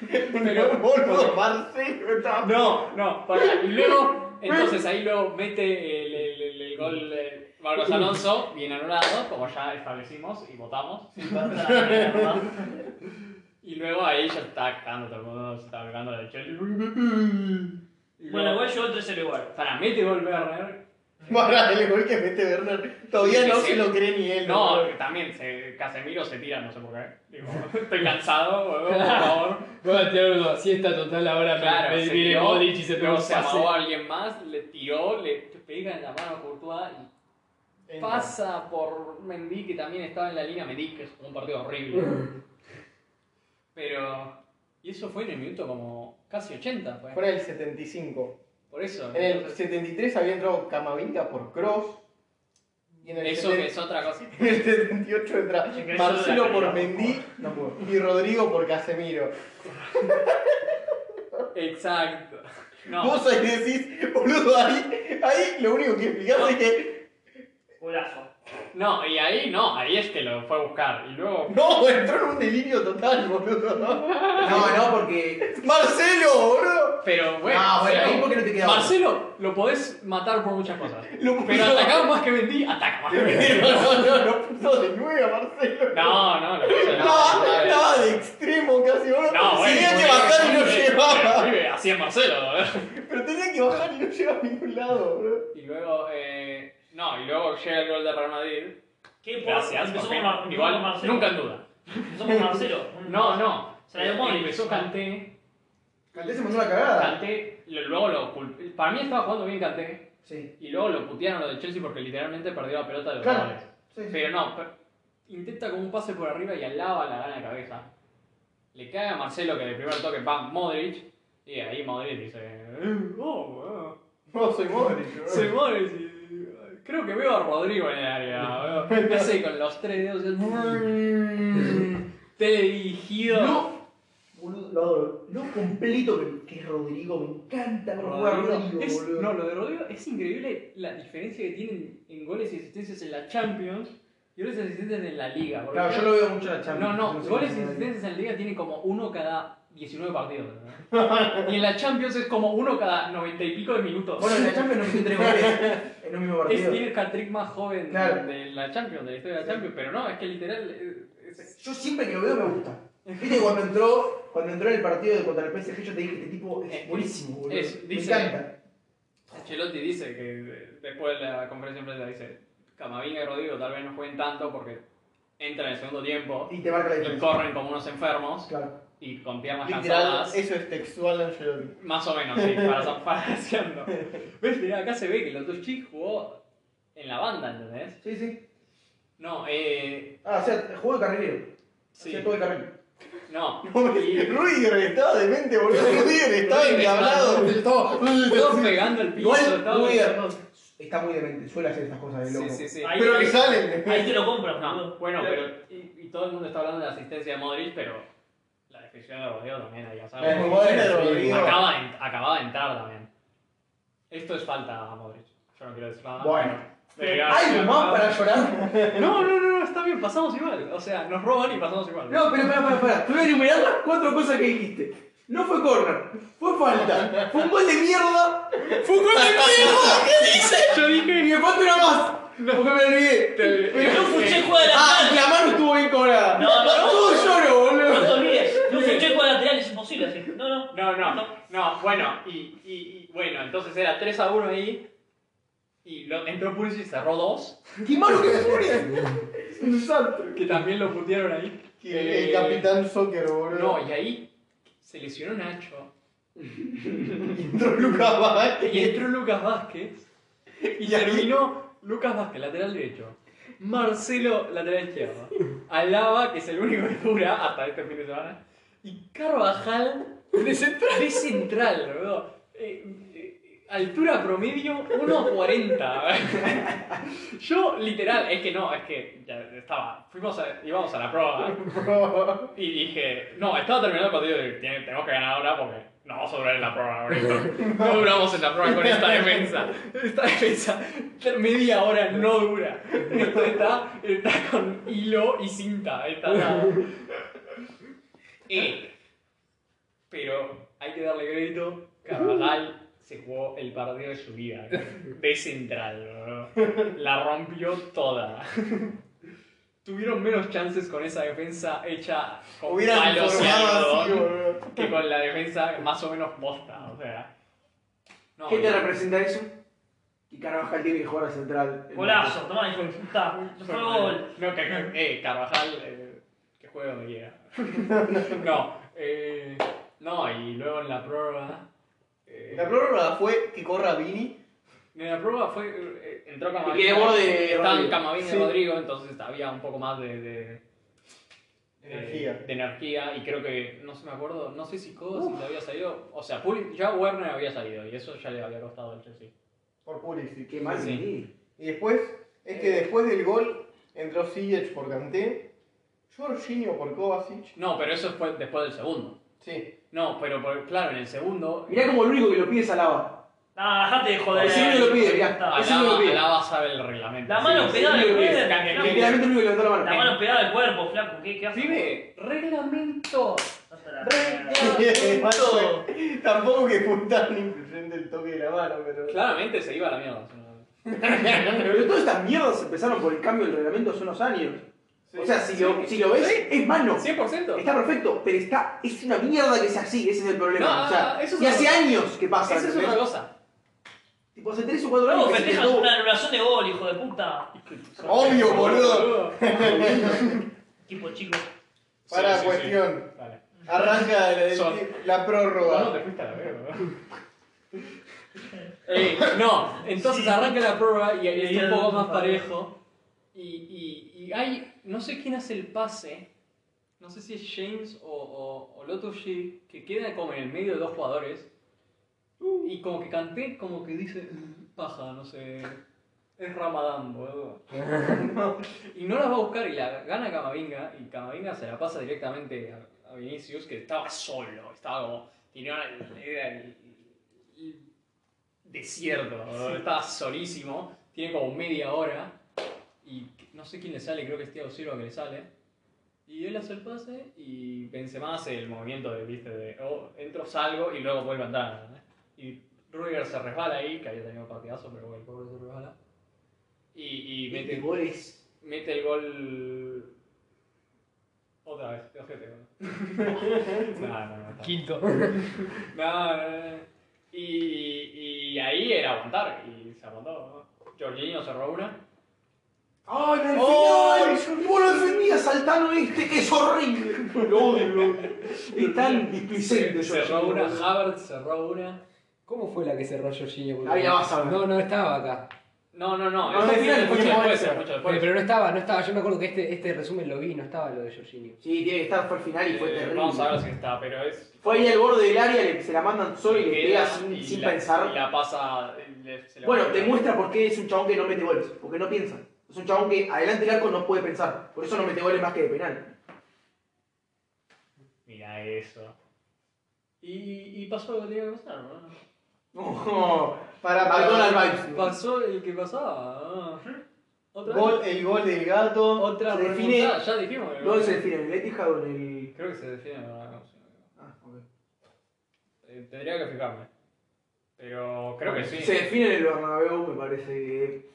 Porque- Pero boludo, Marcelo está. No, no, para. Y Ah. luego, entonces ahí luego mete el, el- el- el gol de Marcos Alonso, bien anulado, como ya establecimos y votamos. Y luego ahí ya está cagando todo el mundo, se está pegando la de Chelsea. Y luego, Bueno, igual llegó el 3-0 igual. para mete gol Werner. Para el gol que mete Werner. Todavía Sí, no sí. se lo cree ni él. No, boludo. que también se, Casemiro se tira, no sé por qué. Digo, estoy cansado, huevón, por favor. Bueno, te hablo una siesta total ahora, Claro, me, se me viene tiró, Modric y se pegó luego un se pase. amagó a alguien más, le tiró, le pega en la mano a Courtois y Entra. Pasa por Mendy, que también estaba en la línea Mendy, que es un partido horrible. Pero. Y eso fue en el minuto como casi 80, fue. Fuera del 75. Por eso. En el entonces, 73 había entrado Camavinga por Cross. Y en el, eso que 70 es otra cosa. en el 78 entra Oye, que eso de Marcelo la por calidad, Mendy No puedo. y Rodrigo por Casemiro. Exacto. No, Vos ahí decís, boludo, ahí, ahí lo único que explicás es que Golazo. no, y ahí no, ahí es que lo fue a buscar. Y luego. no, entró en un delirio total, boludo. No, no, porque. Marcelo, boludo. Pero bueno. Ah, bueno, Marcelo- ahí porque no te queda. Marcelo, lo podés matar por muchas cosas. Lo Pero puso- atacar más que Mendy, ataca más que Mendy. No, no, no puso de nueve a Marcelo. No, no, lo que Estaba, estaba de extremo casi, boludo. No, bueno. tenía que bajar y no Pero, llevaba. pibe, Así es Marcelo, ¿eh? a ver. Pero tenía que bajar y no llevaba a ningún lado, boludo. Y luego, eh, no, y luego llega el gol de Real Madrid. ¿Qué por- Gracias, empezó porque por Mar- empezó igual por Marcelo. nunca en duda. Empezó por Marcelo. No, no. Se la dio Modric. Empezó Kanté. Canté se mandó una cagada. Kanté, lo- luego lo culp- Para mí estaba jugando bien Kanté. Sí. Y luego lo putearon lo de Chelsea porque literalmente perdió la pelota de los Claro. goles. Sí, sí. Pero no, per- intenta como un pase por arriba y alaba la gana de cabeza. Le cae a Marcelo que de primer toque va Modric. Y ahí Modric dice. "Eh, Oh, weón". No, soy Modric, boludo. Se mueve sí. Creo que veo a Rodrigo en el área. veo. No sé, con los tres dedos. el- Teledirigido. No, boludo, lo adoro. Lo completo que, que es Rodrigo, me encanta cómo juega Rodrigo, Es- boludo. no, lo de Rodrigo es increíble la diferencia que tienen en goles y asistencias en la Champions y goles y asistencias en la Liga. porque- Claro, yo lo veo mucho en la Champions. No, no, goles sé cómo y se llama. asistencias en la Liga tiene como uno cada 19 partidos. ¿no? y en la Champions es como uno cada 90 y pico de minutos. Bueno, en la Champions no metió tres goles en un mismo Es partido. tiene el hat-trick más joven Claro. de la Champions, de la historia de la Champions, pero no, es que literal eh, Yo siempre que lo veo me gusta. Viste cuando entró, cuando entró en el partido de contra el PSG, yo te dije, este tipo es buenísimo, boludo. Eh, Es- me dice- encanta. Ancelotti dice que eh, después de la conferencia de prensa dice, Camavinga y Rodrigo tal vez no jueguen tanto porque entran en el segundo tiempo, Y te marca la y diferencia. corren como unos enfermos Claro. y con piernas Literal, cansadas. eso es textual de Ancelotti. Más o menos, sí, para zapaseando. ¿Ves? Mirá, acá se ve que Lotuschik jugó en la banda, ¿entendés? Sí, sí. No, eh. Ah, o sea, jugó de carrilero. Sí, Hacía todo de carrilero. no. Y Rudiger estaba demente, boludo. Rudiger estaba Rudiger encablado. todos pegando el piso, Igual, todos- Rudiger. Está muy demente, suele hacer estas cosas de Sí, loco. sí, sí. Ahí- Pero que salen. Ahí te lo compras, No, boludo. bueno, pero. Y, y todo el mundo está hablando de la asistencia de Modric, pero. La definición de Rodrigo también, ahí ya Es muy sabes. bueno, Sí, Rodrigo. Acaba de, en- acaba de entrar también. Esto es falta a Modric. Yo no quiero decir nada. Bueno. Pero- ¿Algo más para llorar? No, no, no, no, está bien, pasamos igual. O sea, nos roban y pasamos igual. No, pero pará, pará, pará. Te voy a enumerar las cuatro cosas que dijiste. No fue corner, fue falta, fue un gol de mierda. ¡Fue un gol de mierda! ¿Qué dices? Yo dije. Y me falta una más. Porque me olvidé. Pero No escuché el juego de Ah, lateral. la mano estuvo bien cobrada. No, no, no. Todo lloro, No te boludo. olvides. No escuché el juego de lateral, es imposible así. No, no. No, no, no, bueno, y, y, y- bueno, entonces era 3 a 1 ahí. Y lo, entró Pulisic y cerró 2. ¡Qué malo que fue! Es un santo. Que también lo putearon ahí. El capitán soccer, boludo. Eh, No, y ahí se lesionó Nacho. Entró Lucas Y Vázquez. entró Lucas Vázquez. Y terminó Lucas Vázquez, lateral derecho. Marcelo, lateral izquierdo. Alaba, que es el único que dura hasta este fin de semana. Y Carvajal, De central. de central, boludo. Eh, eh, altura promedio 1.40. Yo, literal, es que no, es que ya estaba. Fuimos a, íbamos a la prueba. Y dije, no, estaba terminando el partido y dije, "Tiene- tenemos que ganar ahora porque no vamos a durar en la prueba. boludo. No duramos en la prueba con esta defensa. Esta defensa, ter- media hora no dura. Esto está, está con hilo y cinta. Está nada. Eh, pero hay que darle crédito, Carvajal se jugó el partido de su vida. De central, boludo. La rompió toda. Tuvieron menos chances con esa defensa hecha con Hubieran palos y formado así, algodón boludo. que con la defensa más o menos posta, o sea. No, ¿Qué te y- representa eso? Y Carvajal tiene que jugar a central. Golazo, tomá, hijo de puta. No fue gol. No, que, que- eh, Carvajal, eh, que juegue donde quiera. no, eh, no, y luego en la prórroga. eh, La prórroga fue que corra Vini. en la prórroga fue. eh, entró Camavinga. Y que de borde, Estaban Rodrigo. Camavinga Sí. y Rodrigo, entonces había un poco más de. de eh, Energía. de energía, y creo que, no se me acuerdo, no sé si Codo si le había salido, o sea, Pul- ya Werner había salido, y eso ya le había costado al Chelsea. Por Pulisic. Qué mal. Sí. Sí. Y después, es que Eh. después del gol entró Sijic por Kanté, Jorginho por Kovacic. No, pero eso fue después del segundo. Sí. No, pero por- claro, en el segundo. Mirá como el único que lo pide es Alaba. Ah, dejate de joder. Sí, me lo pide, hijo de mirá. puta. Eso no lo Alaba, pide. Alaba sabe el reglamento. La mano Sí, pegada sí, al lo pide. cuerpo. Literalmente el único que levantó la La mano. mano pegada al cuerpo, flaco. ¿Qué, qué haces? Pibe, reglamento. Hasta la Ah, Bueno, Tampoco que fue tan influyente el toque de la mano, pero. Claramente se iba a la mierda. Pero todas estas mierdas empezaron por el cambio del reglamento hace unos años. o sea, si, lo, si lo ves, es mano. 100%. Está perfecto, pero está, es una mierda que sea así, ese es el problema. No, o sea, eso es y otra hace cosa. años que pasa. Esa es ¿entendés? otra cosa. Tipo, hace 3 o 4 años. Luego que se festejas quedó- una anulación de gol, hijo de puta. Obvio, boludo. Tipo chico. Para Sí, sí, cuestión. sí. Vale. Arranca la, Son- la No, no, prórroga. te fuiste a la verga, boludo. Eh, no, entonces arranca la prueba y, y es un poco más parejo. Y, y, y hay, no sé quién hace el pase, no sé si es James o, o, o Lotoshi, que queda como en el medio de dos jugadores. Y como que canté, como que dice, "Mm, paja, no sé, es Ramadán, boludo. y no la va a buscar y la gana Camavinga, y Camavinga se la pasa directamente a, a Vinicius, que estaba solo, estaba como, tenía una- era el, el desierto, boludo, estaba solísimo, tiene como media hora, y no sé quién le sale, creo que es Thiago Silva que le sale. Y él hace el pase y Benzema hace el movimiento de, viste, de, oh, entro, salgo y luego vuelvo a entrar. ¿no? Y Ruger se resbala ahí, que había tenido partidazo, pero bueno, el pobre se resbala. Y, y Este mete, gol es- mete el gol Otra vez, te ojete. ¿no? no, no, no. está bien. Quinto. No, no, no. Y, y ahí era aguantar, y se aguantó. ¿no? Jorginho cerró una. ¡Ay, Oh, en el ¡Ay, final! ¡Vos lo defendías al Tano este que es horrible! Lo odio, lo odio. Es tan displicente yo. cerró una, Havertz cerró una. ¿Cómo fue la que cerró Jorginho? boludo? Ahí la vas a ver. No, no estaba acá. No, no, no. No, eso no, fue no, no, mucho no, después, no, eh, mucho Eh, después. pero no estaba, no estaba. Yo me acuerdo que este, este resumen lo vi, no estaba lo de Jorginho. Sí, tiene que estar hasta el final y fue Eh, terrible. Vamos a ver si está, pero es. Fue ahí al borde del área, le- se la mandan solo y le queda pega sin, y sin la- pensar. Y la pasa. le- se la Bueno, pasa. demuestra por qué es un chabón que no mete goles, porque no piensa. Es un chabón que adelante del arco no puede pensar, por eso no mete goles más que de penal. Mira eso. Y, y pasó lo que tenía que pasar, ¿no? No, Para, Oh. McDonald's vibes. Pasó el que pasaba. ah. Otra vez. Gol, el gol del gato. Otra eh, Se define- remontada, ya dijimos. que- No se define en el Etihad o en el. Creo que se define con la canción. Ah, ok. Eh, Tendría que fijarme. Pero creo que sí. Se define en el Bernabéu, me parece que.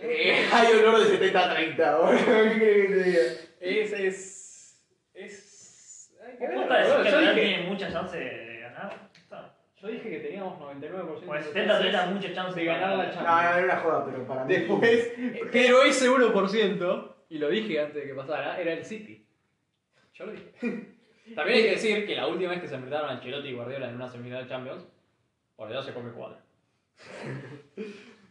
Eh, hay olor de 70-30, boludo. ¿Qué querés que te diga? Es, es. Es. Ay, qué ¿Vos bueno, estás diciendo boludo, que yo, Real dije, tiene mucha chance de ganar? Está. Pues yo dije que teníamos 99% Con el de 70 30 chances mucha chance de ganar la No, no, Champions. Ah, era una joda, pero para mí. Después, Pero ese 1%, y lo dije antes de que pasara, era el City. Yo lo dije. También hay que decir que la última vez que se enfrentaron a Ancelotti y Guardiola en una semifinal de Champions, Guardiola se come cuatro.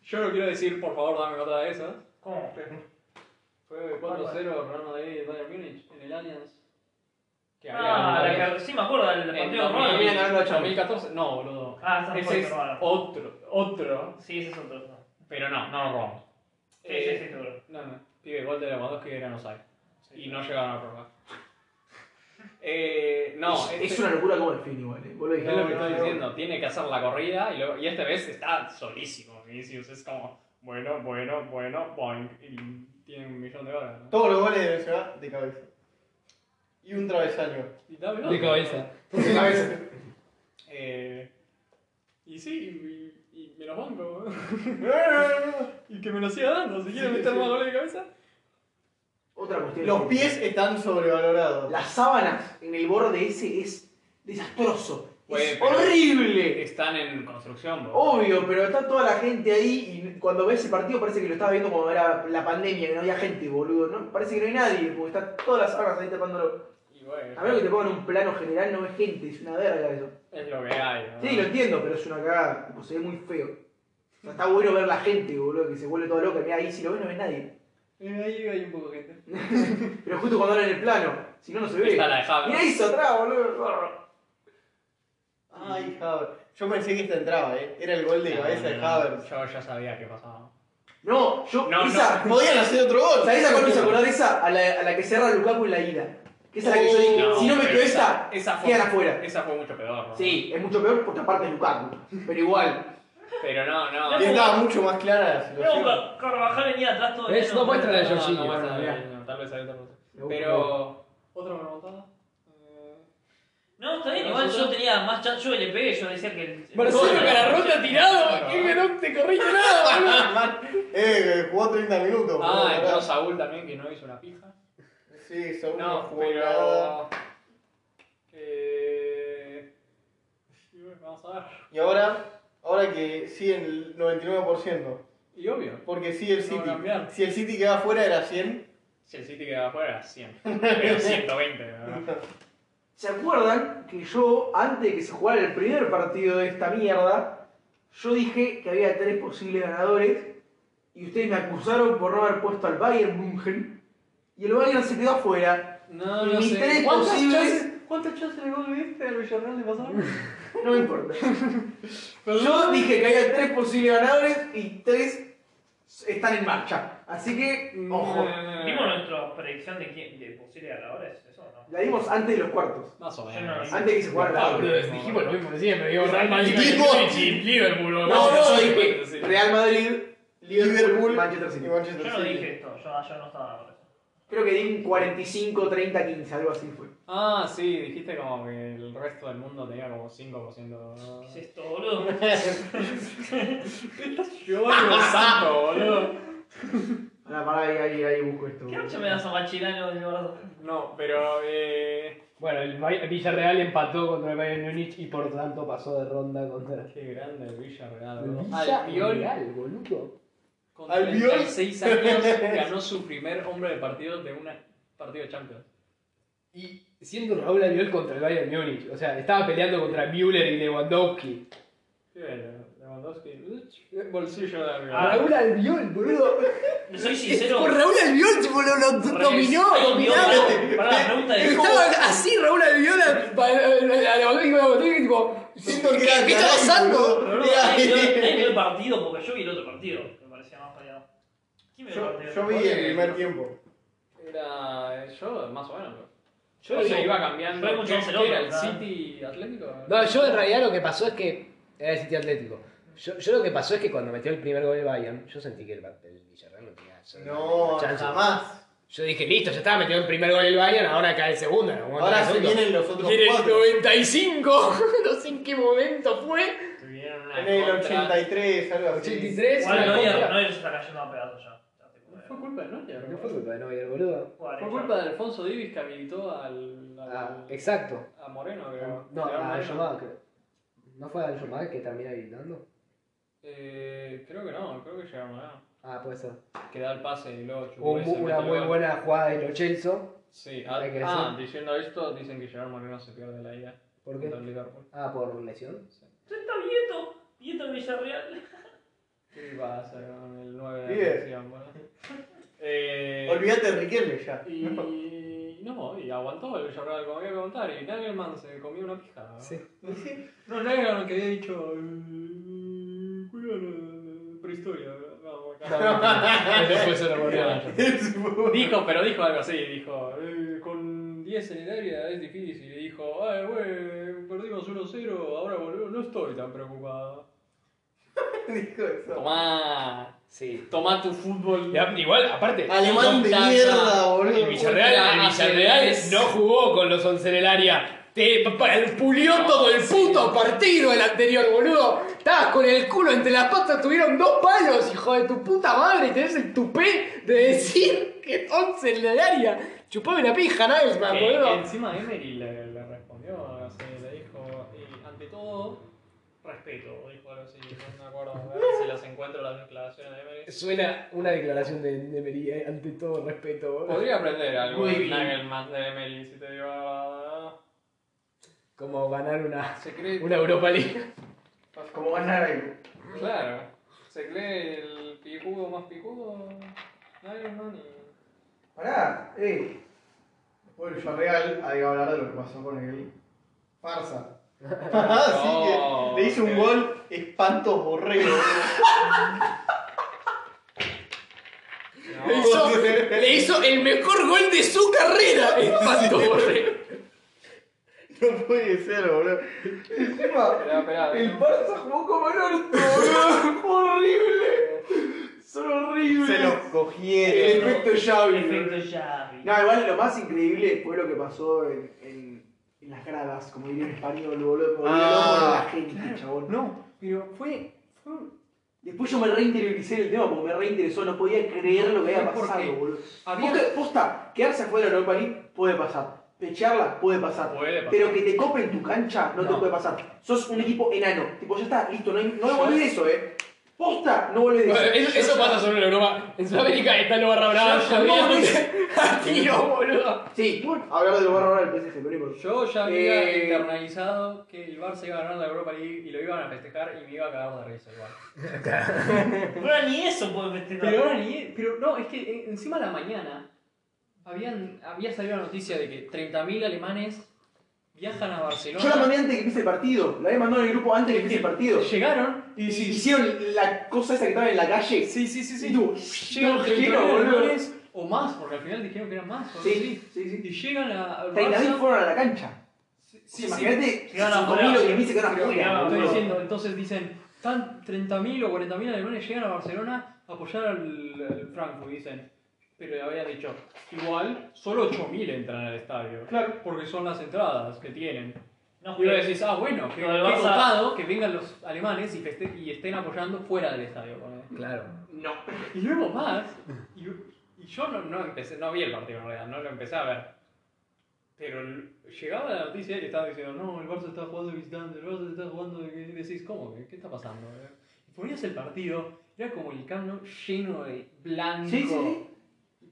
Yo no quiero decir, por favor, dame otra de esas. ¿Cómo? Fue 4-0 Real Madrid y Bayern Múnich en el Allianz. Que Ah, había la que- sí me acuerdo del en partido con Ronald. 2000, 2014. No, boludo. Ah, esa no Ese fue es Ronald. otro, otro, Sí, ese es otro. no. pero no, no lo robamos. Sí, Eh, sí, sí, seguro. No, no. Pibe, gol de Lewandowski era no sabe. Y no llegaron a probar. Eh, no, este- Es una locura como el fin, igual. eh. Vos lo es dijiste. lo que estoy diciendo. Tiene que hacer la corrida y, luego- y esta vez está solísimo. Vinicius es como, bueno, bueno, bueno, boing. Y tiene un millón de horas. ¿no? todos los goles de Benzema de cabeza. Y un travesaño. Y dame De otro. cabeza. De cabeza. Eh, y sí, y, y me los banco. y que me lo siga dando. Si quiere meter más goles de cabeza. Otra cuestión. Los pies están sobrevalorados. Las sábanas en el borde ese es desastroso. Güey, es pero- horrible. Están en construcción, boludo. Obvio, pero está toda la gente ahí y cuando ves el partido parece que lo estaba viendo cuando era la pandemia, que no había gente, boludo. ¿no? Parece que no hay nadie, porque están todas las sábanas ahí tapándolo. Y bueno, A menos que te pongan un plano general, no ves gente, es una verga eso. es lo que hay. ¿no? Sí, lo entiendo, pero es una cagada, tipo, se ve muy feo. O sea, está bueno ver la gente, boludo, que se vuelve toda loca. Mira, ahí si lo ves no ves nadie. Eh, Ahí hay un poco de gente. Pero justo cuando hablan en el plano, si no, no se ve. Está la de Havertz. Mirá eso atrás, boludo. Ay, Havertz. Yo pensé que esta entraba, eh. Era el gol de cabeza de Havertz. Yo ya sabía que pasaba. No, yo, No, esa, Podían hacer otro gol. ¿Sabés a cuál me hizo acordar esa? A la, a la que cierra Lukaku en la ida. Que esa es la que yo dije, No, si no meto pero esta, esa fue, quedan afuera. Esa fue mucho peor. ¿no? Sí, es mucho peor porque aparte es Lukaku. Pero igual, Pero no, no. Y estaba mucho más clara la Era un situación. Car- Carvajal venía atrás todo ¿Ves? lleno. No muestra la de No, no, Jorginho. no, no, mirá. no, tal vez hay otra cosa. Me Pero. ¿Otra Eh, remontada? No, está bien, igual yo tenía más chance, yo le pegué, yo decía que... el- Marcelo el- Cararrota tirado. ¿qué? Que no te corriste nada, boludo. Eh, jugó 30 minutos. boludo, Ah, entró pará. Saúl también que no hizo una pija. Sí, Saúl no No, jugó nada. pero. Eh. y bueno, Vamos a ver. Y ahora, ahora que sí el 99%. Y obvio, Porque sí el No va a City. cambiar. si el City queda fuera era 100. si el City quedaba afuera, 100. Pero 120, ¿verdad? ¿Se acuerdan que yo, antes de que se jugara el primer partido de esta mierda, yo dije que había tres posibles ganadores y ustedes me acusaron por no haber puesto al Bayern München y el Bayern se quedó afuera. No, Y no mis sé. tres ¿Cuántas posibles- chances- ¿Cuántas chances de gol viste al Villarreal de pasar? No me importa. Yo dije que había tres posibles ganadores y tres están en marcha. Así que, ojo. ¿Vimos nuestra predicción de, quién, de posibles ganadores? ¿Eso o no? La dimos antes de los cuartos. Más o Yo no menos. la Antes de que se jugara Ah, la boludo, dijimos lo mismo de siempre. Digo, Real Madrid, Dijimos- Manchester City, Liverpool. boludo. No, no, Sí, dije sí. Real Madrid, Liverpool, Liverpool Manchester City. y Manchester Yo no City. dije esto, yo, yo no estaba con eso. Creo que di un 45, 30, 15, algo así fue. Ah, sí, dijiste como que el resto del mundo tenía como 5%. ¿Qué es esto, boludo? Yo lo santo, boludo. Pará, pará, ahí, ahí, ahí busco esto. ¿Qué noche me das a Machirano de gordo? No, pero. Eh, Bueno, el Bay- Villarreal empató contra el Bayern Múnich y por tanto pasó de ronda contra Qué grande el Villarreal. el boludo. Albiol, Villarreal, boludo. con Albiol. 36 años, ganó su primer hombre de partido de un partido de Champions. Y siendo Raúl Albiol contra el Bayern Múnich, o sea, estaba peleando contra Müller y Lewandowski. Sí, Lewandowski. Ah, uch, eh, Bolsillo de Albiol. Raúl Albiol, boludo. Soy sincero. Por Raúl Albiol, tipo, lo, lo dominó, dominado. Para la pregunta de. Estaba así Raúl Albiol. A Lewandowski, Lewandowski, tipo. Siento que ¿Qué está pasando? Pero no, nadie vio- nadie vio el partido porque yo vi el otro partido. que Me parecía más variado. ¿Quién vio el Yo, partido? yo vi el primer tiempo. Era eh, yo, más o menos. pero- Yo o lo sea, vi- iba cambiando. yo vi mucho ¿Qué- más el qué otro, era el nada. City Atlético? No, yo en realidad lo que pasó es que. Era el City Atlético. Yo, yo lo que pasó es que cuando metió el primer gol el Bayern, yo sentí que el, el Villarreal no tenía No, chance. jamás. Yo dije, listo, ya está, metió el primer gol el Bayern, ahora cae el segundo. en algún momento Ahora cae el se segundo. vienen los otros Y en el cuatro. 95, no sé en qué momento fue. Tuvieron una En el contra- 83, algo así. 83. Igual una Neuer- contra. Neuer se está cayendo a pedazos ya. Ya te puedo Fue ver. culpa de Neuer. No boludo. fue culpa de Neuer, boludo. Jugar, Fue hecho. culpa de Alfonso Divis que habilitó al. al- Ah, exacto. a Moreno, creo. No, Gerard a Moreno. Yomada, creo. ¿No fue a Yomada que termina habilitando? Eh, creo que no, creo que llegaron Moreno. Ah, puede ser. Que da el pase y luego Hubo chupó un- ese, una metió muy el gol. buena jugada de Lo Celso. Sí, ah, Hay que ah, decir. diciendo esto, dicen que Gerard Moreno se pierde la idea ¿Por contra qué? el Liverpool. Ah, por lesión. ¿Dónde está Vieto? Vieto en Villarreal. ¿Qué iba a hacer con el 9 de Bien. la selección, boludo? Eh, Olvídate de Riquelme ya. Y no, y aguantó el Villarreal como había que aguantar y Nagelman se comió una pija. Sí. No, Nagelman que había dicho eh, juega la prehistoria. No, acá- Eso fue solo por Neuer. dijo, pero dijo algo así, dijo, eh, con 10 en el área es difícil, y dijo, ay wey, perdimos 1-0, ahora volvemos, no estoy tan preocupado. Dijo eso. Tomá, Sí. tomá tu fútbol. Y a- Igual, aparte, Alemán de mierda, el boludo. Villarreal, el Villarreal Ultras. no jugó con los once en el área. Te pa- pulió todo el puto partido el anterior, boludo. Estabas con el culo entre las patas, tuvieron dos palos, hijo de tu puta madre. Y tenés el tupé de decir que once en el área. Chupame la pija, Nagelsmann, Que boludo. encima Emery le, le respondió, así, le dijo, y ante todo, respeto, dijo algo así, no me acuerdo, a ver si las encuentro las declaraciones de Emery. Suena una declaración de, de Emery, eh, ante todo respeto, boludo. Podría aprender algo Muy de bien. Nagelman de Emery, si te digo... ah, Como ganar una, Se cree, una Europa League. Como ganar algo. claro, se cree el pijudo más pijudo, Nagelman y... Pará, eh. Después del Villarreal, hay que hablar de lo que pasó con el Farsa. Ah, Así que le hizo un ok. gol espantos borrego. Le hizo, le hizo el mejor gol de su carrera. Espanto, boludo. No puede ser, boludo. Encima, Esperá, esperá, el Farsa jugó como el orto, boludo. Fue horrible. Son horribles. Se los El cogieron. efecto Xavi. boludo. Perfecto, ya. vi. No, igual lo más increíble fue lo que pasó en, en, en las gradas, como diría en español, boludo. Me volvió Ah. loco la gente, chabón. No, pero fue... fue Después yo me reinterioricé en el tema porque me reinteresó, no podía creer lo que había ¿Por pasado, qué? boludo. Había- Posta, posta, quedarse afuera de la Europa League puede pasar. Pecharla puede pasar. Puede pasar. Pero que te compren tu cancha no, te No. puede pasar. Sos un equipo enano. Tipo, ya está, listo, no, hay- no volvés de eso, eh. Posta, no volvés de eso. Bueno, eso, eso pasa solo en Europa. En Sudamérica está lo barra brava. Ya, ya, corriente. A tiro, boludo. Sí, bueno, hablar de lo barro ahora del PSG, pero no importa. Yo ya había Eh, internalizado que el Barça iba a ganar la Europa League y lo iban a festejar y me iba a cagar de risa igual. Pero ahora ni eso puede festejar. Pero ahora ni. Pero no, es que eh, encima a la mañana habían, había salido la noticia de que 30.000 alemanes viajan a Yo la Barcelona. mandé antes de que empiece el partido. La había mandado en el grupo antes de que empiece el partido. Llegaron y Y sí, hicieron la cosa esa que estaba en la calle. sí, sí, sí, sí. Y tú, Llegan no, 30.000 quiero, boludo. alemanes o más, porque al final dijeron que eran más. o algo así. Sí, sí, sí. Y llegan a. al 30.000 Barça- fueron a la cancha. Sí, Sí, sí, imagínate, Llegaron a 5.000 o jugar. 10.000 se quedaron Pero afuera. llegaron a Estoy boludo. diciendo, entonces dicen, tan 30.000 o 40.000 alemanes llegan a Barcelona a apoyar al, al Frankfurt, dicen. Pero le había dicho, igual, solo 8.000 entran al estadio. Claro. Porque son las entradas que tienen. No, Y vos decís, ah, bueno, que, Lo del qué Barça- copado que vengan los alemanes y, feste- y estén apoyando fuera del estadio. ponele. Claro. No. Y luego más, y, y yo no, no empecé, no vi el partido en realidad, no lo empecé a ver. Pero l- llegaba la noticia que estaban diciendo, no, el Barça está jugando de visitante, el Barça está jugando de... Y decís, ¿cómo? ¿Qué, qué está pasando? Y ponías el partido, era como el camino lleno de blanco. Sí, sí, sí.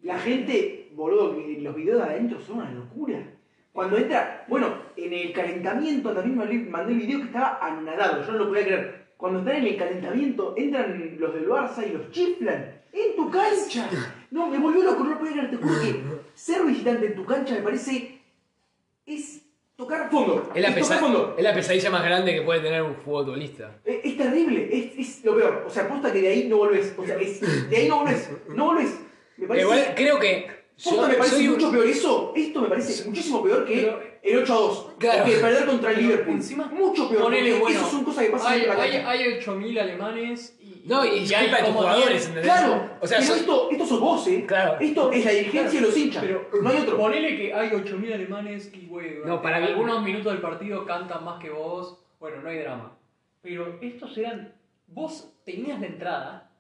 La gente, boludo, que los videos de adentro son una locura. Cuando entra, bueno, en el calentamiento también mandé, mandé el video que estaba anonadado, yo no lo podía creer. Cuando están en el calentamiento, entran los del Barça y los chiflan. ¡En tu cancha! No, me volvió loco, no lo podía creer, te juro que ser visitante en tu cancha me parece. es tocar fondo. Es la, tocar pesa- fondo. es la pesadilla más grande que puede tener un futbolista. Es, es terrible, es, es lo peor. O sea, aposta que de ahí no volvés. O sea, es, de ahí no volvés. No volvés. Me parece. Igual creo que. Posta, yo- me parece soy un- mucho peor eso. Esto me parece muchísimo peor que Pero- el 8 a 2. Claro. Que perder contra el Pero Liverpool. encima, mucho peor. ponele, porque bueno, Esas son cosas que pasan Hay, en la hay, cancha. hay 8.000 alemanes y... No, y es culpa de tus como jugadores, 10. ¿entendés? Claro, O sea, pero soy- esto, esto sos vos, ¿eh? Claro. Esto es la dirigencia de los hinchas. Pero no hay otro. Ponele que hay 8.000 alemanes y, güey, No, para mí- algunos minutos del partido cantan más que vos. Bueno, no hay drama. Pero estos eran. Vos tenías la entrada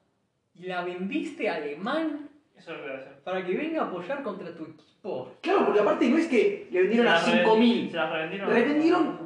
y la vendiste a alemán Eso es lo que voy a hacer. para que venga a apoyar contra tu equipo. Claro, porque aparte no es que le vendieron a Se las reven- Se 5.000. las revendieron. Le vendieron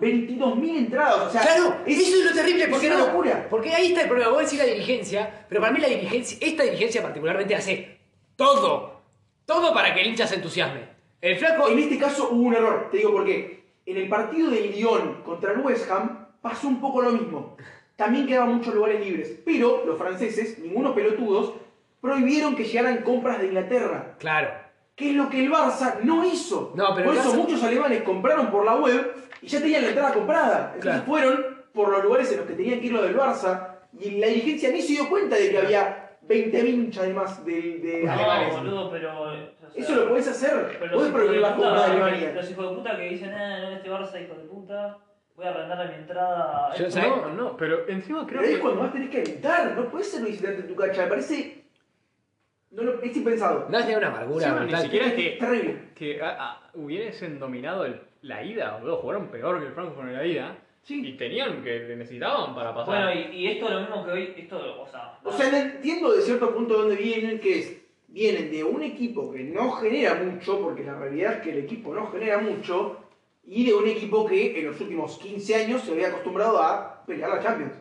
22.000 entradas. O sea, Claro, eso es lo terrible, porque es una no- locura. Porque ahí está el problema. Vos decís la dirigencia, pero para mí la dirigencia, esta dirigencia particularmente hace todo. Todo para que el hincha se entusiasme. El flaco. En este caso hubo un error, te digo por qué. En el partido de Lyon contra el West Ham pasó un poco lo mismo. También quedaban muchos lugares libres, pero los franceses, ninguno pelotudos, prohibieron que llegaran compras de Inglaterra, Claro. que es lo que el Barça no hizo. No, pero por el eso Barça- muchos alemanes compraron por la web y ya tenían la entrada comprada. Entonces Claro. fueron por los lugares en los que tenían que ir los del Barça y la dirigencia ni se dio cuenta de que había 20 hinchas además de, de No, alemanes. boludo, pero. o sea, Eso lo podés hacer, pero los podés hijos prohibir de las puta- compras de Alemania. Los hijos de puta que dicen, ah, no, este Barça, hijo de puta, voy a arrendarle mi entrada. a Yo esto". sé- No, no, pero encima creo Pero ahí es que. cuando más tenés que alentar, no puedes ser un visitante en tu cancha, me parece. No lo es impensado. No tiene una amargura encima ni brutal. siquiera Es que, terrible. que ah, ah, hubiesen dominado el- la ida, boludo. Jugaron peor que el Frankfurt en la ida. Y tenían que necesitaban para pasar. Bueno, y, y esto es lo mismo que hoy, esto, o sea. O sea, no entiendo de cierto punto de dónde vienen, que es. Vienen de un equipo que no genera mucho, porque la realidad es que el equipo no genera mucho, y de un equipo que en los últimos 15 años se había acostumbrado a pelear la Champions.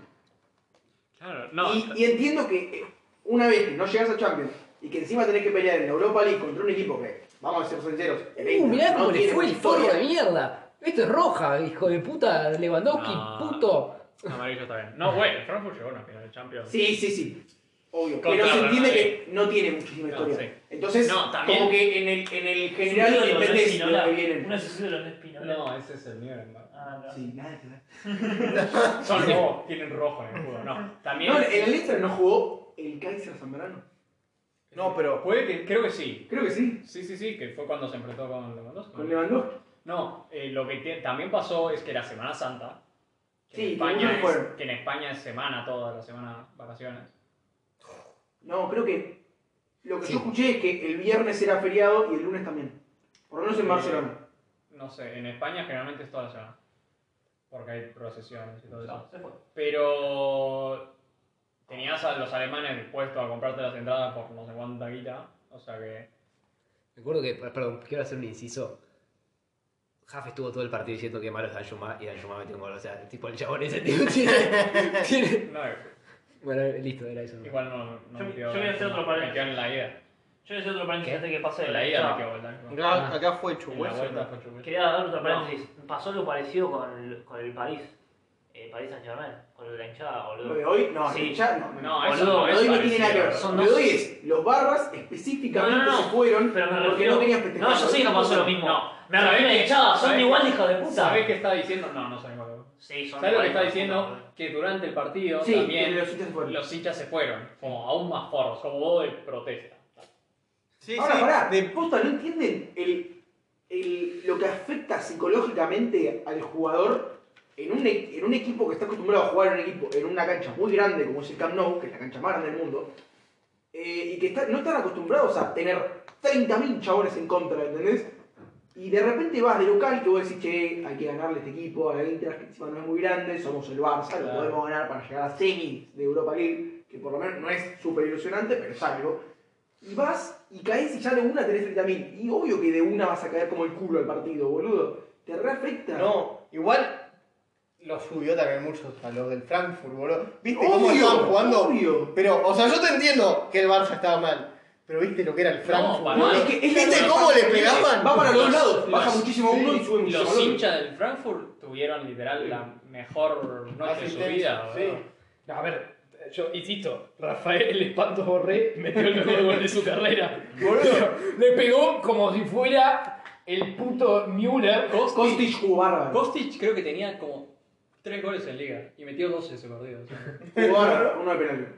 Claro, no. y, y entiendo que eh, una vez que no llegas a Champions y que encima tenés que pelear en la Europa League contra un equipo que, vamos a ser sinceros, el Uh, Inter mirá no cómo le tiene fue el historia. forro de mierda. Esto es roja, hijo de puta, Lewandowski, No. puto. Amarillo está bien. No, güey, el Frankfurt llegó a una final de Champions. Sí, sí, sí. Obvio. Contra Pero se Real entiende Madrid. que no tiene muchísima No, historia. sí. Entonces, No, también- como que en el, en el es un general ídolo, no es entendés lo Pinola. que vienen. Uno de sus ídolos no es Pinola. eh. No, ese es el Nuremberg. Ah, no. Sí, nada que ver. Son rojos, tienen rojo en el juego. No, también. No, en el Leicester no jugó el Kaiser Zambrano. No, pero. Puede que, creo que sí. Creo que sí, Sí, sí, sí, que fue cuando se enfrentó con Lewandowski. Mm. con Lewandowski. No, eh, lo que te- también pasó es que la Semana Santa, que, Sí, en que no España es, fueron. que en España es semana toda, la semana vacaciones. No, creo que lo que yo escuché es que el viernes era feriado y el lunes también. Por lo menos en Sí. Barcelona. No sé, en España generalmente es toda la semana, porque hay procesiones y todo eso. No, se fue. Pero tenías a los alemanes dispuestos a comprarte las entradas por no sé cuánta guita, o sea que... Me acuerdo que, perdón, quiero hacer un inciso. Jaff estuvo todo el partido diciendo que malo es Danjuma y Danjuma metió un gol. O sea, tipo el chabón ese tío tiene. tiene- No, Bueno, listo, era eso. igual no, no Yo- metió- yo voy a hacer otro paréntesis. metió en la ida. Yo les hice otro paréntesis ¿Qué? antes que pase En la ida chao. metió gol, ¿no? En Ah. Acá, acá fue la Chubuesa. vuelta fue Chubuesa. Quería dar otro paréntesis. Pasó lo parecido con el, con el París. El París Saint Germain. Con lo de la hinchada, Lo de boludo. hoy, no, Sí. ya no. No, Boludo, eso no Lo es de hoy no tiene nada que ver. parecido. Son Lo de dos- hoy es, los barras específicamente No, no, no. se fueron Pero me porque refiero. no querían festejar. No, yo sé que no pasó lo mismo. No. Me refiero a la ¿Sabés hinchada. qué? Son ¿Sabés igual qué? de hijos de puta. ¿Sabés qué está diciendo? No, no soy igual. Sí, son ¿Sabes lo que está iguales de hijos de puta, diciendo? Eh, boludo. Que durante el partido Sí, también los hinchas se fueron. los hinchas se fueron, como aún más forros, como modo de protesta. Sí, Ahora, sí. pará, de- de posta, ¿no entienden el, el- lo que afecta psicológicamente al jugador en un, e- en un equipo que está acostumbrado a jugar en un equipo, en una cancha muy grande como es el Camp Nou, que es la cancha más grande del mundo, eh, y que está- no están acostumbrados a tener 30.000 chabones en contra, ¿entendés? Y de repente vas de local que vos decís, che, hay que ganarle a este equipo, a la Inter, que encima no es muy grande, somos el Barça, lo Claro. podemos ganar para llegar a semis de Europa League, que por lo menos no es súper ilusionante, pero es algo. Y vas y caes y ya de una tenés 30.000. Y obvio que de una vas a caer como el culo al partido, boludo. Te reafecta. No, igual los subió también mucho a los del Frankfurt, boludo. ¿Viste obvio, cómo estaban jugando? obvio. Pero, o sea, yo te entiendo que el Barça estaba mal, pero viste lo que era el Frankfurt. para boludo? nada. Es que es la ¿Viste nueva cómo fase le que viene. pegaban? Va para los dos Los- lados, baja los- muchísimo uno y sube muchísimo al Los otro. hinchas del Frankfurt tuvieron literal la mejor noche de su Asistencia, vida. sí. boludo. A ver, yo insisto, Rafael el Espanto Borré metió el mejor gol de su carrera. Boludo. Le pegó como si fuera el puto Müller. Kostic jugó bárbaro. Kostic creo que tenía como 3 goles en liga y metió 12 ese partido. o sea. Jugó bárbaro, uno de penal.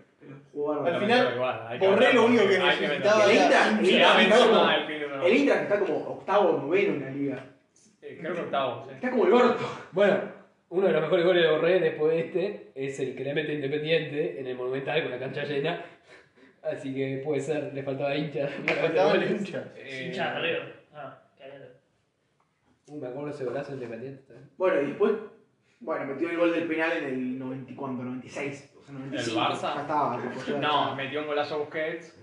Jugó bárbaro. Al final, Igual, hay que Borré hablar, lo único que hay que necesitaba meterlo. era... Leída, meterlo. necesitaba- Sí, Benzema, el fin de semana. El Inter que está como octavo o noveno en la liga. Eh, Creo que octavo. sí. Está como el orto. Bueno, uno de los mejores goles de Borré después de este es el que le mete Independiente en el Monumental con la cancha llena. Así que puede ser, le faltaba hincha. Le faltaba el hincha. Eh, Hincha de River. Ah, qué lindo. Uh, me acuerdo ese golazo de independiente. Bueno, y después, bueno, metió el gol del penal en el 90 y cuánto, 96, o sea, 95. Barça? Ya estaba, tipo, ya- No, metió un golazo a Busquets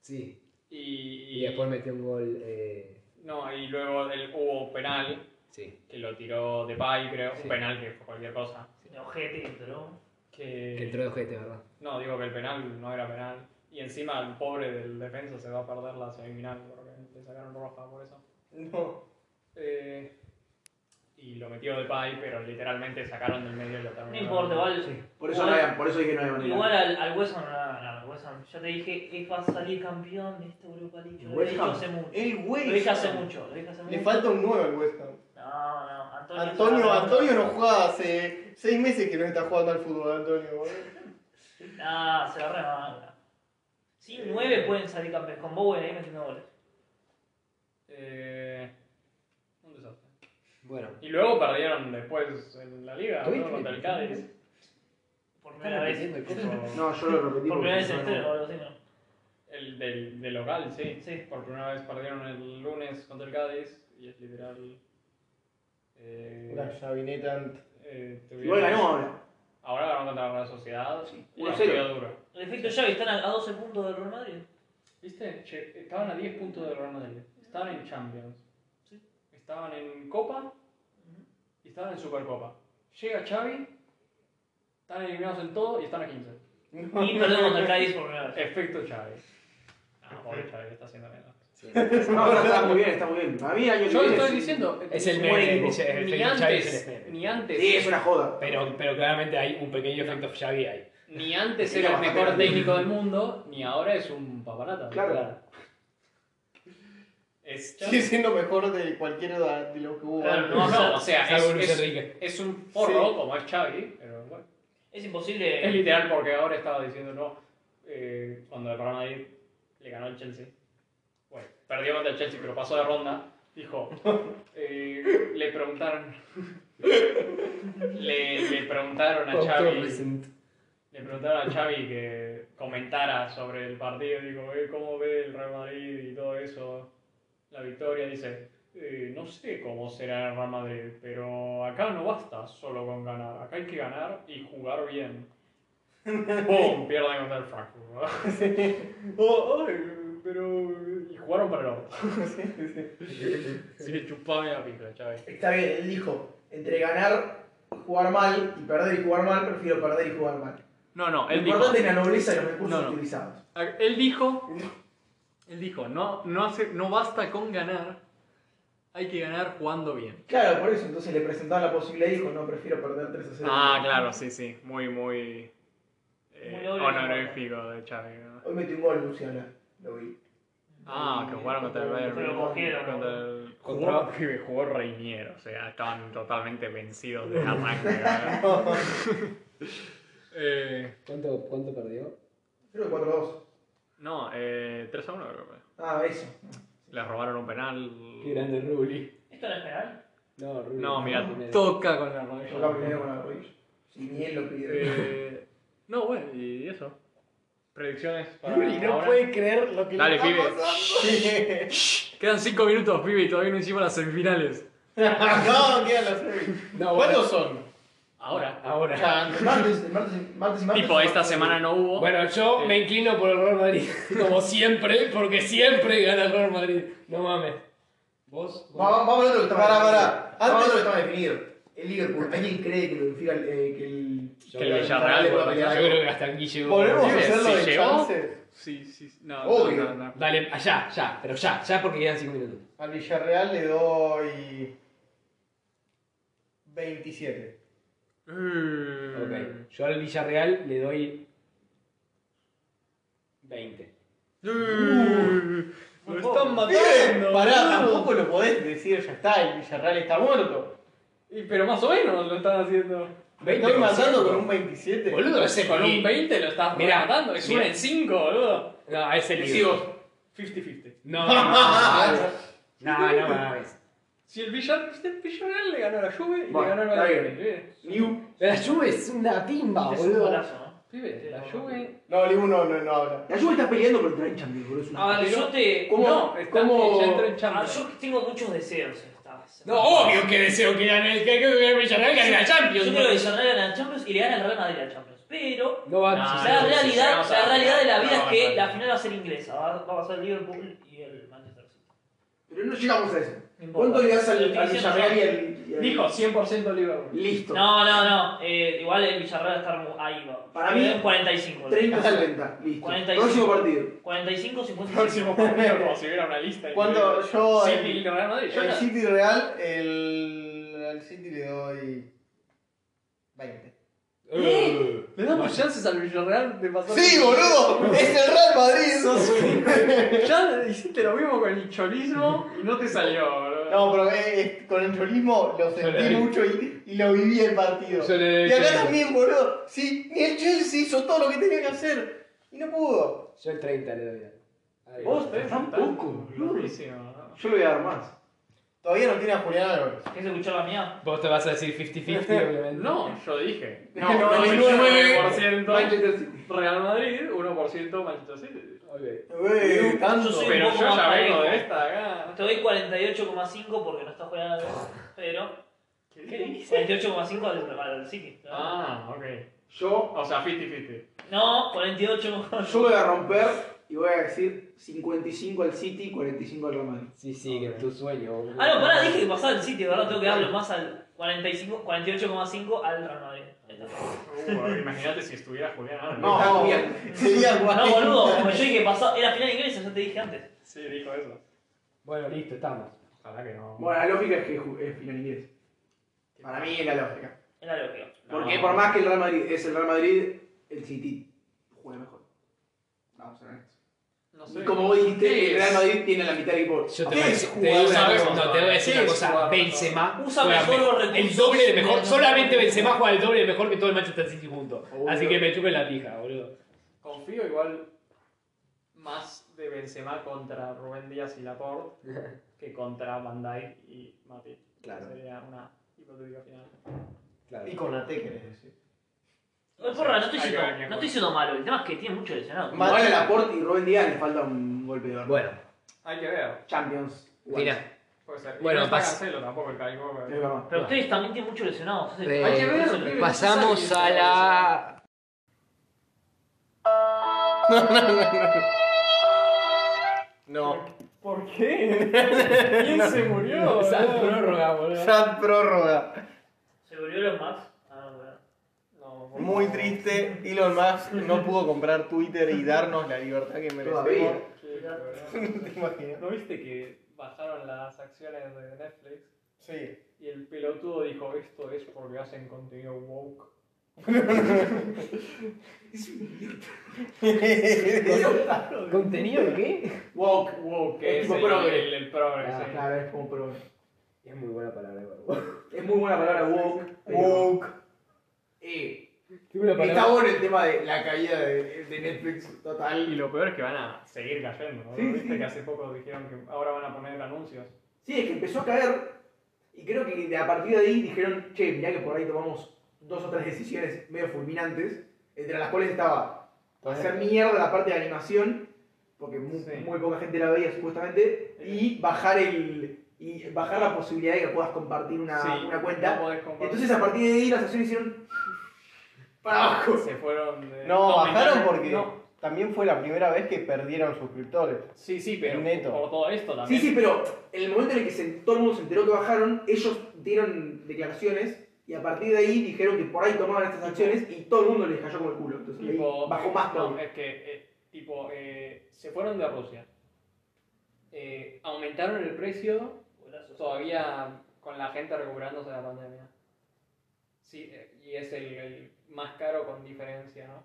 Sí. y, Y después metió un gol. Eh... no, y luego el, hubo un penal Sí. que lo tiró de Depay, creo. Sí. Un penal que fue cualquier cosa. Tiene ojete, entró. Que, Que entró de ojete, ¿verdad? No, digo que el penal no era penal. Y encima el pobre del defensa se va a perder la semifinal porque le sacaron roja por eso. No. Eh, y lo metió de Depay, pero literalmente sacaron del medio y lo No terminaron. importa, igual. Por eso, no igual- había, por eso dije que no había manera. Igual al, al West Ham, no, no, al West Ham. Ya te dije, es va a salir campeón de esta Europa League. Lo he West dicho Ham. hace mucho. El Lo güey. dije hace mucho, lo dije hace mucho. Le falta un 9 al West Ham. No, no, Antonio. Antonio, Fernández. Antonio no juega hace 6 meses que no está jugando al fútbol, Antonio. boludo. Ah, se la remanga. Sí, nueve pueden salir campeones. Con Bowen ahí metiendo goles. Eh, un desastre. Bueno. Y luego perdieron después en la liga ¿Lo viste? ¿no? contra el Cádiz. Por primera vez. No, yo lo repetí. Por porque primera vez en no- la historia, o algo así, ¿no? El del, del local, sí. Sí. Por primera vez perdieron el lunes contra el Cádiz y es literal. eh, Una llavineta ante- eh, tuvieron- Igual ganó ahora. Ahora ganó contra la Real Sociedad. y uno la cero. pegó duro. El efecto Xavi están a, a 12 puntos del Real Madrid. ¿Viste? Che, estaban a 10 puntos del Real Madrid. Estaban en Champions. Sí. Estaban en Copa. Y estaban en Supercopa. Llega Xavi. Están eliminados en todo y están a 15. Y perdemos contra el Cádiz por primera vez. Efecto Xavi. Ah, pobre Xavi, está haciendo mierda. No, no, está muy bien, está muy bien. Para mí, año que Yo viene estoy sí. diciendo. Es el un buen meme, equipo. es el Ni efecto Xavi es el antes, meme. ni antes, Sí, es una joda. Pero, pero claramente hay un pequeño efecto Xavi ahí. ni antes Era era el bastante mejor grande. técnico del mundo, ni ahora es un paparata. Claro. Es Xavi. Sigue siendo mejor de cualquiera de de lo que hubo. Claro, antes. no, No, no, o sea, Salvo es, Luis es- Enrique. es un forro Sí. como es Xavi, pero bueno. Es Es imposible. literal porque ahora estaba diciendo no. eh, cuando el Real Madrid le ganó al Chelsea. Bueno, perdió contra el Chelsea, pero pasó de ronda. Dijo. eh, le preguntaron. le, le preguntaron a Xavi. Le preguntaron a Xavi que comentara sobre el partido. Digo, eh, ¿cómo ve el Real Madrid y todo eso? La victoria. Dice, eh, no sé cómo será el Real Madrid, pero acá no basta solo con ganar. Acá hay que ganar y jugar bien. ¡Pum! Pierden contra el Frankfurt. ¿no? Oh, ay, pero... Y jugaron para el orto. Sí, que chupame la pica, Xavi. Está bien, él dijo, entre ganar y jugar mal y perder y jugar mal, prefiero perder y jugar mal. No, no, Lo él dijo... importante es la nobleza de los recursos No, no. utilizados. Él dijo... Él dijo, no, no, hace, no basta con ganar, hay que ganar jugando bien. Claro, por eso, entonces le presentaban la posibilidad y dijo, no, prefiero perder 3 a 0. Ah, claro, sí, sí. Muy, muy. Muy Eh, obvio. honorífico de Xavi. ¿no? Hoy metió un gol, Luciana, lo vi. Ah, que jugaron contra el Bayern. Pero cogieron, Contra ¿no? el- Jugó, pibe, jugó Reinier, o sea, estaban totalmente vencidos de arranque. ¿no? eh, ¿Cuánto, ¿Cuánto perdió? Creo que 4 a 2. no, eh, 3 a 1 creo que fue. Ah, eso. Les robaron un penal. Qué grande Rubli. ¿Esto no es penal? No, Rubli. No, mira, primero. toca con la Toca rodilla. primero con la rodilla. Si ni él lo pide. Eh, no, bueno, y eso. predicciones para Luli no ahora? puede creer lo que Dale, le está pibe. pasando. Quedan 5 minutos, pibe, y todavía no hicimos las semifinales. no, quedan las series. No, ¿Cuántos son? Ahora. Ahora. Ah, no. Martes, martes, martes y martes. Tipo, esta semana no hubo. Bueno, yo me inclino por el Real Madrid, como siempre, porque siempre gana el Real Madrid. No mames. ¿Vos? Va- va- Vamos a ver lo que está Pará, definido. pará. Vamos a ver Antes- lo que está definido. El Liverpool. ¿Alguien cree que lo fija- eh, que el. Yo que el creo- Villarreal Yo vuelva Yo a pelear. creo que hasta aquí llegó. Volvemos a Sí, hacerlo sí de llegó. chances. Sí, sí, sí, no, Obvio. no, no, no. Dale, allá, ya, pero ya, ya porque quedan 5 minutos. Al Villarreal le doy 27. Eh, Mm. Ok. Yo al Villarreal le doy 20. eh. Mm. Lo están Bien, matando. Pará, boludo. tampoco lo podés decir, ya está, el Villarreal está muerto. Y- Pero más o menos lo están haciendo. Me estoy matando con un 27. Boludo, ese Con un 20 lo estás Mirá, matando. Es mirá. una en 5, boludo. No, ese Y nivel. sigo 50-50. No, no, no, no, no, mames. Si el Villar- el Villarreal le ganó a la Juve y Bueno, le ganó a está la bien. Juve. New. La Juve es una timba, Este es un boludo. golazo, ¿no? Pibe, la Juve... No, Liu no, no, no habla. La Juve está peleando contra el Champions, boludo. es una- A ver, yo te. ¿Cómo? No, Está, ¿Cómo- ya entró en a ver, Champions. yo tengo muchos deseos esta vez. No, obvio que deseo que gane el que que el Villarreal gane la Champions. Yo quiero que Villarreal gane la Champions y le gane al Real Madrid a la Champions. Pero No va Ah, la no, sí, realidad, llegamos a la la realidad de la vida final. es que No, no, la no. final va a ser inglesa. Va, va a pasar el Liverpool y el Manchester City. Pero no llegamos a eso. No importa. ¿Cuánto le das al, Lo estoy al diciendo Villarreal y yo. al. y al- Dijo 100% Liverpool. Listo. No, no, no. Eh, igual el Villarreal está mu- ahí. Va. Para mí, Es 45. 30-70. Listo. 45. Próximo partido. 45, 55. Próximo partido, como si hubiera una lista. y- Cuando Eh, yo City y el, Real Madrid. Yo el la- City Real, el, al City le doy 20. ¿Eh? Le damos chances al Villarreal de pasar. ¡Sí, boludo! ¡Es el Real Madrid! Ya hiciste lo mismo con el cholismo y no te salió, boludo. No, pero eh, eh, con el cholismo lo sentí mucho y, y lo viví el partido. Yo le doy Y acá Chelsea. también, boludo. Sí, ni el Chelsea hizo todo lo que tenía que hacer. Y no pudo. Yo el 30 le doy. a- a- Vos tampoco, boludo. Durísimo. Yo le voy a dar más. Todavía no tiene a Julián Álvarez. ¿Quieres escuchar la mía? Vos te vas a decir 50-50, obviamente. No, yo dije. No, 99% Manchester City. Real Madrid, 1% Manchester City. Wey, tanto. Yo soy- Pero poco yo ya más vengo parejo. de esta acá. Te doy 48,5 porque no está jugando Pero. ¿Qué 48,5 al, al City. ¿no? Ah, ok. Yo, O sea, 50-50. No, 48. yo voy a romper y voy a decir 55 al City, 45 al Real Madrid. Sí, sí, que es tu sueño. boludo. Ah, no, pará, dije que pasaba el City, ¿verdad? Tengo que darle más al 45, 48,5 al Real Madrid. Ahí está. Uh, Imagínate si estuviera Julián Álvarez. No. Está bien. Sería No, guay. boludo, como yo dije que pasaba, era final inglesa, ya te dije antes. Sí, dijo eso. Bueno, listo, estamos. Ojalá que no. Bueno, la lógica es que ju- es final inglés. Para mí es la lógica. Era lo que. Porque No. por más que el Real Madrid es el Real Madrid, el City juega mejor. Vamos a ver. no Y como vos dijiste, el Real Madrid tiene la mitad del equipo. Yo te ¿Qué voy a es decir, te digo una jugar? cosa, no, te voy a decir ¿Qué una es cosa. jugar? Benzema Usa juega mejor los mejor- recursos. El doble de mejor. No. Solamente Benzema juega el doble de mejor que todo el Manchester City junto. Obvio. Así que me chupe la pija, boludo. Confío igual más de Benzema contra Rubén Díaz y Laporte que contra Van Dijk y Matip. Claro. Sería una hipotética final. Claro. Y con la T, querés decir. Oye, porra, no estoy, Hay que diciendo, ver quién no estoy juega. diciendo malo, el tema es que tiene mucho lesionado. Ma- Igual a Laporte y Rubén Díaz le falta un golpe de oro. Bueno, Hay que ver. Champions. mira. Puede ser. Y Bueno, no está pas- Cancelo tampoco el carico. Es verdad. Pero ustedes también tienen muchos lesionados. entonces- Eh, Hay que ver, pibe, no Pasamos se a sabe. la. No. ¿Por qué? ¿Quién se murió? Esa prórroga, boludo. Sad prórroga. Se volvió los Max. Ah, no, bueno. No, por Muy favor. triste. Elon Musk no pudo comprar Twitter y darnos la libertad que merecemos. Todavía. Sí, pero- ¿Te imaginas? ¿No viste que bajaron las acciones de Netflix? Sí. Y el pelotudo dijo, esto es porque hacen contenido woke. ¿Contenido de qué? Woke. Woke, Es que es tipo el, progre. el, el progre, Ah, sí. Claro, es como pro. Es muy buena palabra, boludo. Es muy buena palabra woke. Woke. Eh, Tengo una Está palabra. bueno el tema de la caída de, de Netflix Y total. lo peor es que van a seguir cayendo, ¿no? Sí, Viste sí. que hace poco dijeron que ahora van a poner anuncios. Sí, es que empezó a caer y creo que de- a partir de ahí dijeron, che, mirá que por ahí tomamos dos o tres decisiones medio fulminantes, entre las cuales estaba hacer mierda la parte de animación, porque mu- muy, Sí. poca gente la veía supuestamente, y bajar el y bajar la posibilidad de que puedas compartir una, Sí, una cuenta. no podés compartir. Entonces a partir de ahí las acciones hicieron para abajo. se fueron. de- No, bajaron aumentaron- porque no. también fue la primera vez que perdieron suscriptores. Sí, sí, pero Neto. por todo esto Sí, también. sí, pero en el momento en el que se, todo el mundo se enteró que bajaron, ellos dieron declaraciones y a partir de ahí dijeron que por ahí tomaban estas acciones y todo el mundo les cayó con el culo. Entonces ahí Tipo, bajó más no, todo. es que, eh, tipo, eh, se fueron de Rusia. Eh, aumentaron el precio todavía con la gente recuperándose de la pandemia. Sí, eh, y es el, el más caro con diferencia, ¿no?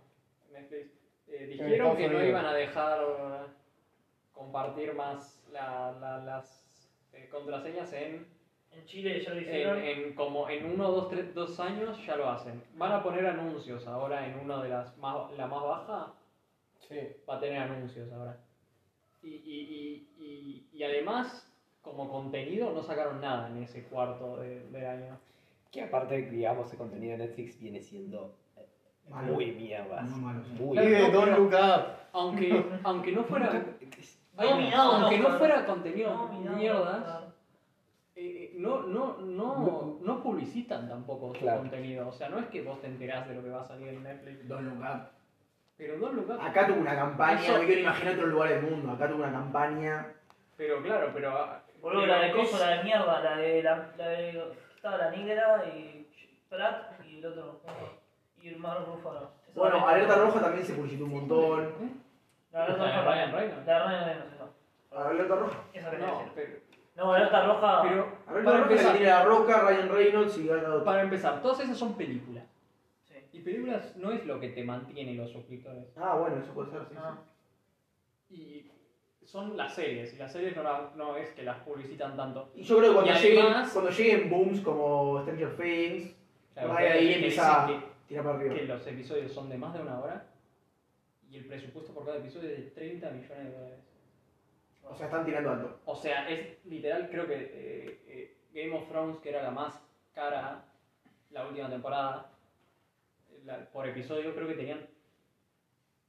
Netflix. Eh, dijeron Estados que no Unidos. iban a dejar eh, compartir más la- la- las eh, contraseñas en En Chile ya lo en, hicieron. en como en uno, dos, tres, dos años ya lo hacen. Van a poner anuncios ahora en una de las más, la más baja. Va a tener anuncios ahora. Y, y, y, y, y además, como contenido, no sacaron nada en ese cuarto de, del año. Que aparte, digamos, el contenido de Netflix viene siendo eh, Malo. muy mierda. Muy malo, sí. Muy Claro, Vive no, Don pero- Luca. Aunque, aunque no fuera. Dominado, aunque no no, fuera contenido mirá, mierdas, eh, eh, no, no, no, no publicitan tampoco su Claro. contenido. O sea, no es que vos te enterás de lo que va a salir en Netflix. Don Luca. Pero no lo Acá tuvo una campaña, Eso- me quiero imaginar otros lugares del mundo. Acá tuvo una campaña. Pero claro, pero. ah, Boludo, pero la de Coso, es- la de mierda, la de. La, la de estaba la negra y. Pratt y el otro. Y el Mar Rúfalo. Esa Bueno, la de- Alerta Roja también se publicitó un montón. La de La de Alerta Ryan Roja. Reynolds. La de Ryan Reynolds, esa. Alerta Roja. Esa que quería No, decir. pero. No, Alerta Roja. pero Alerta Roja es para, la que tiene empezar, La Roca, Ryan Reynolds y Gal Gadot. para empezar, todas esas son películas. Sí. Y películas no es lo que te mantiene los suscriptores. Ah, bueno, eso puede ser, sí. sí. Ah. Y son las series. Y las series no, la- no es que las publicitan tanto. Y yo creo que cuando, Y lleguen, además- cuando lleguen booms como Stranger Things, Claro, Ahí- ahí que empieza- dicen tira para Que, arriba. que los episodios son de más de una hora. Y el presupuesto por cada episodio es de 30 millones de dólares. O sea, están tirando alto. O sea, es literal, creo que eh, eh, Game of Thrones, que era la más cara la última temporada, la- por episodio, creo que tenían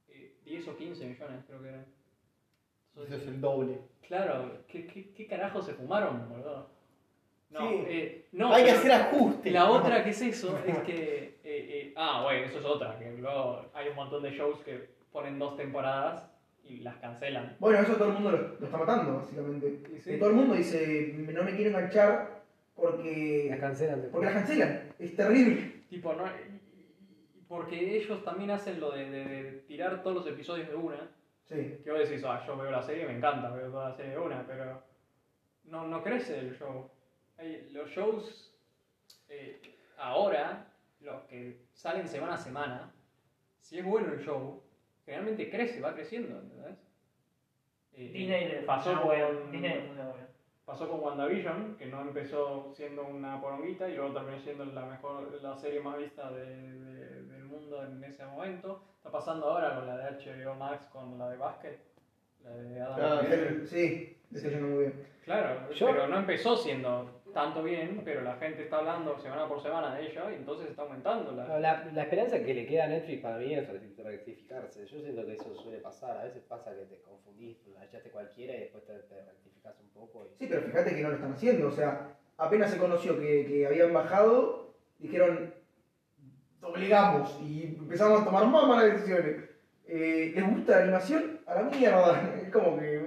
eh, 10 o 15 millones, creo que eran. Eso Entonces, es el doble. Claro, ¿qué, qué, qué carajo se fumaron, boludo? No, Sí. eh, no Hay que pero hacer ajustes. la otra que es eso es que. eh, eh, ah, bueno, eso es otra, que luego hay un montón de shows que ponen dos temporadas y las cancelan. Bueno, eso todo el mundo lo, lo está matando, básicamente. Y Que sí. Todo el mundo dice, no me quiero enganchar La porque, cancelan. porque las cancelan. Es terrible. Tipo, no. Porque ellos también hacen lo de, de- de tirar todos los episodios de una. Sí. Que vos decís, ah, yo veo la serie, me encanta, veo toda la serie de una, pero. No, no crece el show. Hay- los shows. eh, ahora, los que salen semana a semana, si es bueno el show, generalmente crece, va creciendo, ¿entendés? Eh, Disney le pasó funciona muy bien. con, Disney le funciona muy bien. pasó con WandaVision, que no empezó siendo una poronguita y luego terminó siendo la mejor la serie más vista de- de- del mundo en ese momento. Está pasando ahora con la de HBO Max, con la de Basket, la de Adam Ah, Sandler. Sí, le está yendo muy bien. Claro, Yo- pero no empezó siendo tanto bien, pero la gente está hablando semana por semana de ella y entonces está aumentando la... No, La, la esperanza que le queda a Netflix para mí es rectificarse. Yo siento que eso suele pasar. A veces pasa que te confundís, hallaste cualquiera y después te, te rectificas un poco. Y... Sí, pero fíjate que no lo están haciendo. O sea, apenas se conoció que, que habían bajado, dijeron, doblegamos y empezamos a tomar más malas decisiones. Eh, ¿Les gusta la animación? A la mierda. Es como que...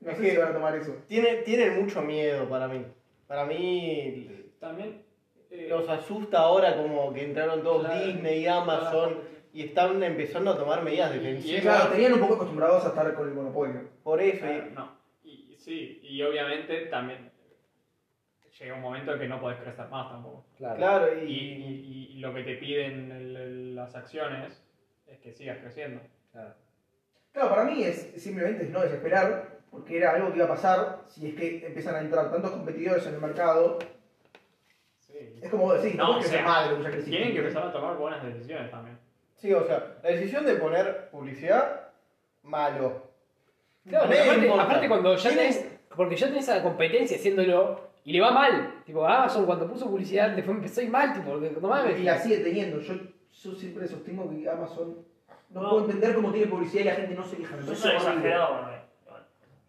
mm, No Es sé que- si van a tomar eso. Tiene, tienen mucho miedo para mí. Para mí También... eh, los asusta ahora como que entraron todos Claro. Disney, Amazon y están empezando a tomar medidas Y es- defensivas. Claro, tenían un poco acostumbrados a estar con el monopolio. Por eso. Claro, no. Y, y sí, y obviamente también llega un momento en que no podés prestar más tampoco. y- claro, Y, y, y- y lo que te piden el- el- las acciones es que sigas creciendo. Claro, para mí es simplemente no desesperar, porque era algo que iba a pasar si es que empiezan a entrar tantos competidores en el mercado. Sí. Es como decir, no, No, es o que sea, sea madre, que ya creciste. Tienen que empezar a tomar buenas decisiones también. sí, o sea, la decisión de poner publicidad, malo. Claro, Me aparte, importa. aparte cuando ya Tiene- tenés, porque ya tenés a la competencia haciéndolo y le va mal. Tipo, Amazon cuando puso publicidad después empezó a ir mal, tipo, no mames. Y la sigue teniendo. Yo, yo siempre sostengo que Amazon No, puedo entender cómo tiene publicidad y la gente no se queja. Yo Es soy horrible. exagerado, boludo.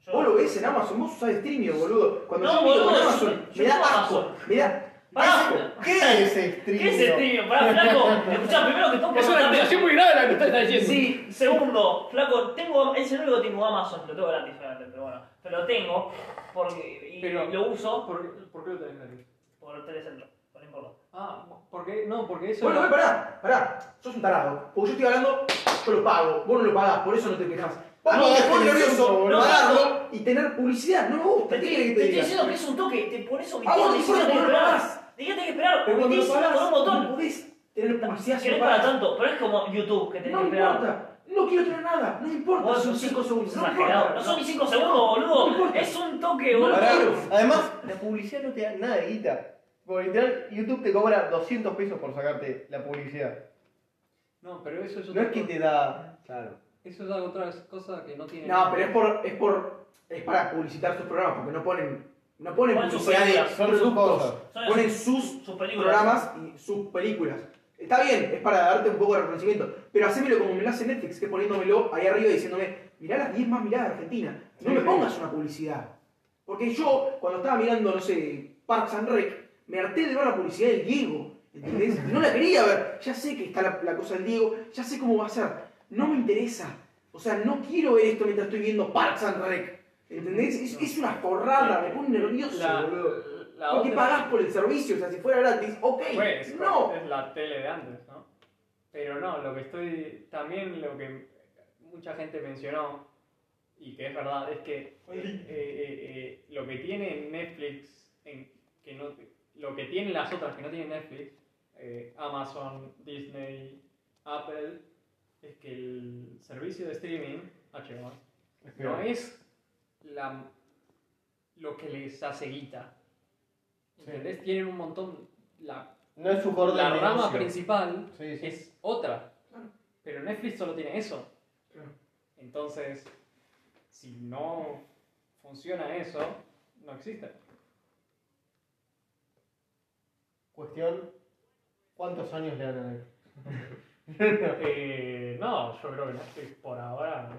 Yo- Vos lo ves en Amazon, vos usás streaming, boludo. Cuando No, yo miro en boludo, Amazon, yo- me yo da uso asco. Amazon. Me da Pará. asco. ¿Qué es streaming? ¿Qué es el tibio? Pará, flaco. Escuchá, primero que todo, Es una preguntame- acusación muy grave la que usted está diciendo. Sí, segundo, flaco, tengo, es el único que tengo Amazon, lo tengo gratis obviamente, pero bueno, pero lo tengo porque y Pero- lo uso ¿Por, por qué lo tenés gratis? por telecentro, no importa. Ah, porque no, porque eso Bueno, era- ve, pará, pará. Sos un tarado. Porque yo estoy hablando, yo lo pago. Vos no lo pagás, por eso no te quejas. A mí Vos me pagás pone Telecentro, nervioso boludo. pagarlo y tener publicidad. No me gusta. Te, ¿Qué te, querés que te, te estoy diga? diciendo que es un toque, te, por eso que Ah, vos te te pones que cuando lo esperar. pagás. Dijiste que esperar, Pero cuando porque lo pagás, con un no botón. podés tener publicidad si Querés no para pagás. tanto, pero es como YouTube que tenés No que me esperar. importa. No quiero tener nada. No me importa. Vos Son sos 5 segundos. No me Exagerado. importa. No son ni 5 segundos, boludo. No importa. es un toque, No boludo. Pará. quiero. Además, la publicidad no te da nada de guita. Porque literal, YouTube te cobra 200 pesos por sacarte la publicidad. No, pero eso es No otra es que cosa. te da. Claro. Eso es otra cosa que no tiene. No, pero es por, es por, es para publicitar sus programas, porque no ponen, no ponen Ponen sus publicidad de películas, son sus productos, cosas. Son ponen sus- sus sus películas. programas y sus películas. Está bien, es para darte un poco de reconocimiento, pero hacémelo como me lo hace Netflix, que es poniéndomelo ahí arriba y diciéndome, mirá las 10 más miradas de Argentina, no me pongas una publicidad. Porque yo, cuando estaba mirando, no sé, Parks and Rec, me harté de ver la publicidad del Diego, ¿entendés? Y No la quería ver, ya sé que está la, la cosa del Diego, ya sé cómo va a ser, no me interesa. O sea, no quiero ver esto mientras estoy viendo Parks and Rec, ¿entendés? Es, es una forrada, me pone nervioso, La, boludo. la Porque otra- pagás por el servicio, o sea, si fuera gratis, ok, Fue, es- no. Es la tele de antes, ¿no? Pero no, lo que estoy. También lo que mucha gente mencionó, y que es verdad, es que eh, eh, eh, eh, lo que tiene Netflix, en- que no, lo que tienen las otras que no tienen Netflix, eh, Amazon, Disney, Apple, es que el servicio de streaming, HBO, no es la, lo que les hace guita. ¿Entendés? Tienen un montón. La No es su orden la de rama negocio. principal Sí, sí. es otra. Claro. Pero Netflix solo tiene eso. Claro. Entonces, si no funciona eso, no existe. Cuestión: ¿cuántos años le dan a él? Eh, no, yo creo que Netflix por ahora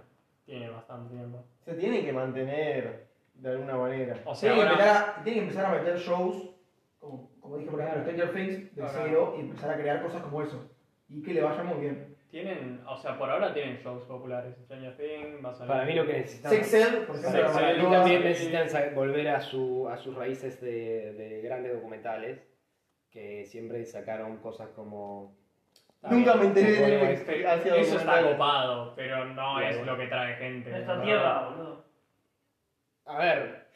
tiene bastante tiempo. Se tiene que mantener de alguna manera. O sea, Tienen que, ahora, empezar a, tienen que empezar a meter shows, como, como dije por ejemplo, Stranger Things, de Ahora. cero, y empezar a crear cosas como eso. Y que le vaya muy bien. tienen, o sea, por ahora tienen shows populares. Stranger Things, va a salir- Para mí lo que necesitan. Sexel, por ejemplo, Para, Sex la para Ed. mí nueva- también necesitan sa- volver a, su, a sus raíces de, de grandes documentales que siempre sacaron cosas como. Nunca me enteré de Bueno, Netflix. Pero hacia eso está documentales. copado, pero no Ya, es bueno. lo que trae gente. Nuestra ¿no? tierra, boludo. A ver,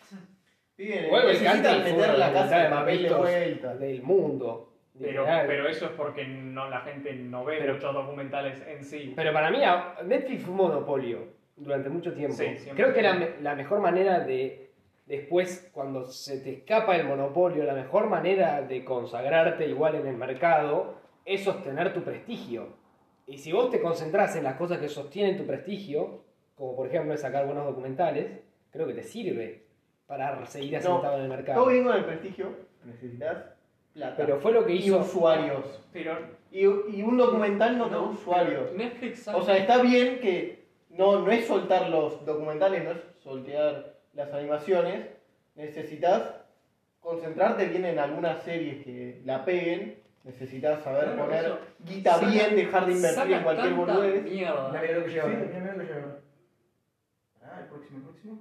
Bien, vuelve el Eh, necesitan country meter fútbol, la casa de ¿sabes? papel de Papitos. vuelta. del mundo. Pero, literal. pero eso es porque no, la gente no ve Pero- muchos documentales en sí. Pero para mí a- Netflix fue un monopolio durante mucho tiempo. Sí, siempre. Creo que la, me- la mejor manera de, después, cuando se te escapa el monopolio, la mejor manera de consagrarte igual en el mercado es sostener tu prestigio. Y si vos te concentrás en las cosas que sostienen tu prestigio, como por ejemplo es sacar buenos documentales, creo que te sirve para seguir No, asentado en el mercado. Todo bien con el prestigio, necesitas plata. Pero fue lo que y hizo... usuarios. Pero Y, y un documental no, te da No, usuarios. pero Netflix sabe- O sea, está bien que no, no es soltar los documentales, no es soltear las animaciones. Necesitas concentrarte bien en algunas series que la peguen. Necesitas saber Claro, poner eso. guita Saca- bien, dejar de invertir en sacan cualquier tanta boludez. mierda. Mirá, mirá lo que llega Sí. ahora, mirá, mirá lo que llega ahora. Ah, el próximo, el próximo.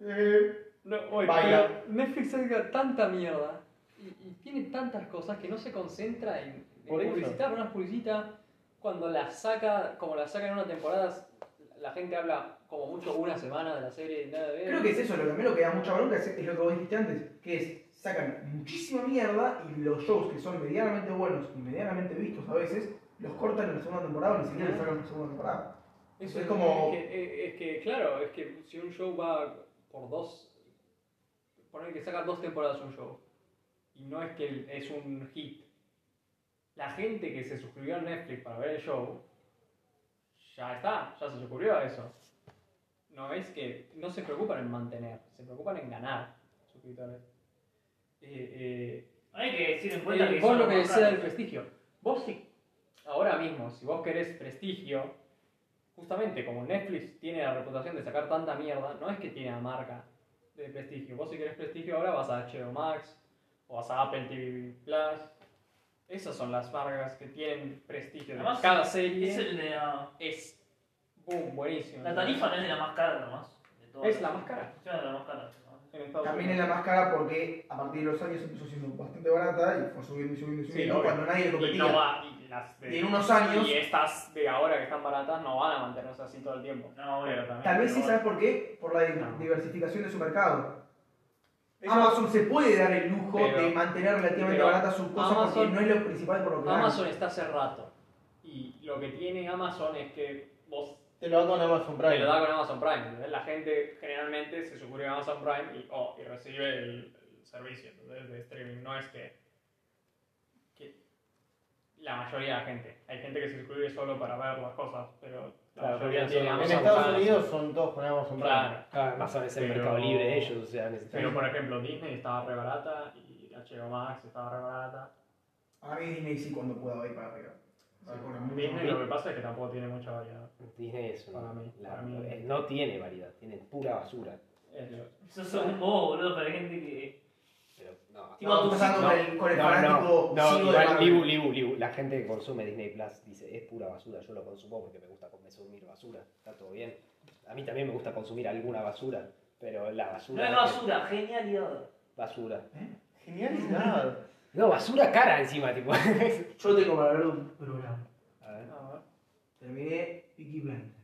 Eh, No, oye, Vaya. pero Netflix saca tanta mierda y, y tiene tantas cosas que no se concentra en, en Por eso. publicitar, no las publicita. Cuando las saca, como las saca en una temporada, la gente habla como mucho una semana de la serie y nada de Creo que es eso, lo que a mí lo que da mucha bronca es, es lo que vos dijiste antes, que es, sacan muchísima mierda y los shows que son medianamente buenos y medianamente vistos a veces, los cortan en la segunda temporada o ni siquiera los sacan en la segunda temporada. Eso es es como- como. Es que, eh, es que, claro, es que si un show va por dos. Poner que saca dos temporadas un show. Y no es que el- es un hit. La gente que se suscribió a Netflix para ver el show. Ya está, ya se suscribió a eso. No es que. No se preocupan en mantener, se preocupan en ganar suscriptores. Eh, eh, Hay que decir en cuenta eh, que vos son lo que los decías del contrarios. prestigio. Vos si ahora mismo, si vos querés prestigio, justamente como Netflix tiene la reputación de sacar tanta mierda, no es que tiene la marca de prestigio. Vos si querés prestigio ahora vas a HBO Max o vas a Apple TV Plus. Esas son las marcas que tienen prestigio. Además, Cada serie Es el de ah, la. es boom, buenísimo. La tarifa no es de la más cara nomás. De todas. Es la más cara. Sí, es de la más cara. en Estados También es Unidos. la más cara porque a partir de los años empezó siendo bastante barata y fue subiendo y subiendo y Sí, subiendo obvio. cuando nadie lo Y no pedía. va- y las de- Y en unos años- Y estas de ahora que están baratas no van a mantenerse así todo el tiempo. No, bueno, también. Tal vez sí, pero ¿sabes por qué? Por la di- No. diversificación de su mercado. Eso- Amazon se puede dar el lujo Pero- de mantener relativamente pero barata su cosa porque Amazon- no es lo principal por lo que Amazon está hace rato. Y lo que tiene Amazon es que vos Te lo hago con Amazon te Prime. lo da con Amazon Prime. ¿entendés? La gente generalmente se suscribe a Amazon Prime y, oh, y recibe el, el servicio ¿entendés? de streaming. No es que, que la mayoría de la gente. Hay gente que se suscribe solo para ver las cosas, pero la Claro, mayoría porque tiene son- En Amazon Estados Prime. Unidos son todos con Amazon Prime. Claro. Claro, Amazon es el Pero- mercado libre de ellos, o sea, necesitan. Pero por ejemplo, Disney estaba re barata y HBO Max estaba re barata. gana. A mí Disney sí cuando pueda ir para arriba. Bueno, mucho Disney más. lo que pasa es que tampoco tiene mucha variedad. Disney es una- Para mí, la- para mí. eh, no tiene variedad, tiene pura basura. Es lo- Sos un bobo, boludo, para gente que. Pero no. Tipo, Estamos tú- pasando no, con el, con el No, fanático no, no, ciego de igual, Marvel. Libu, Libu, Libu. La gente que consume Disney Plus dice, es pura basura, yo lo consumo porque me gusta consumir basura, está todo bien. A mí también me gusta consumir alguna basura, pero la No basura... es que- basura, genialidad. basura. Genialidad. No, basura cara encima, tipo. A Yo tengo para ver un programa. ver. Terminé Peaky Blinders.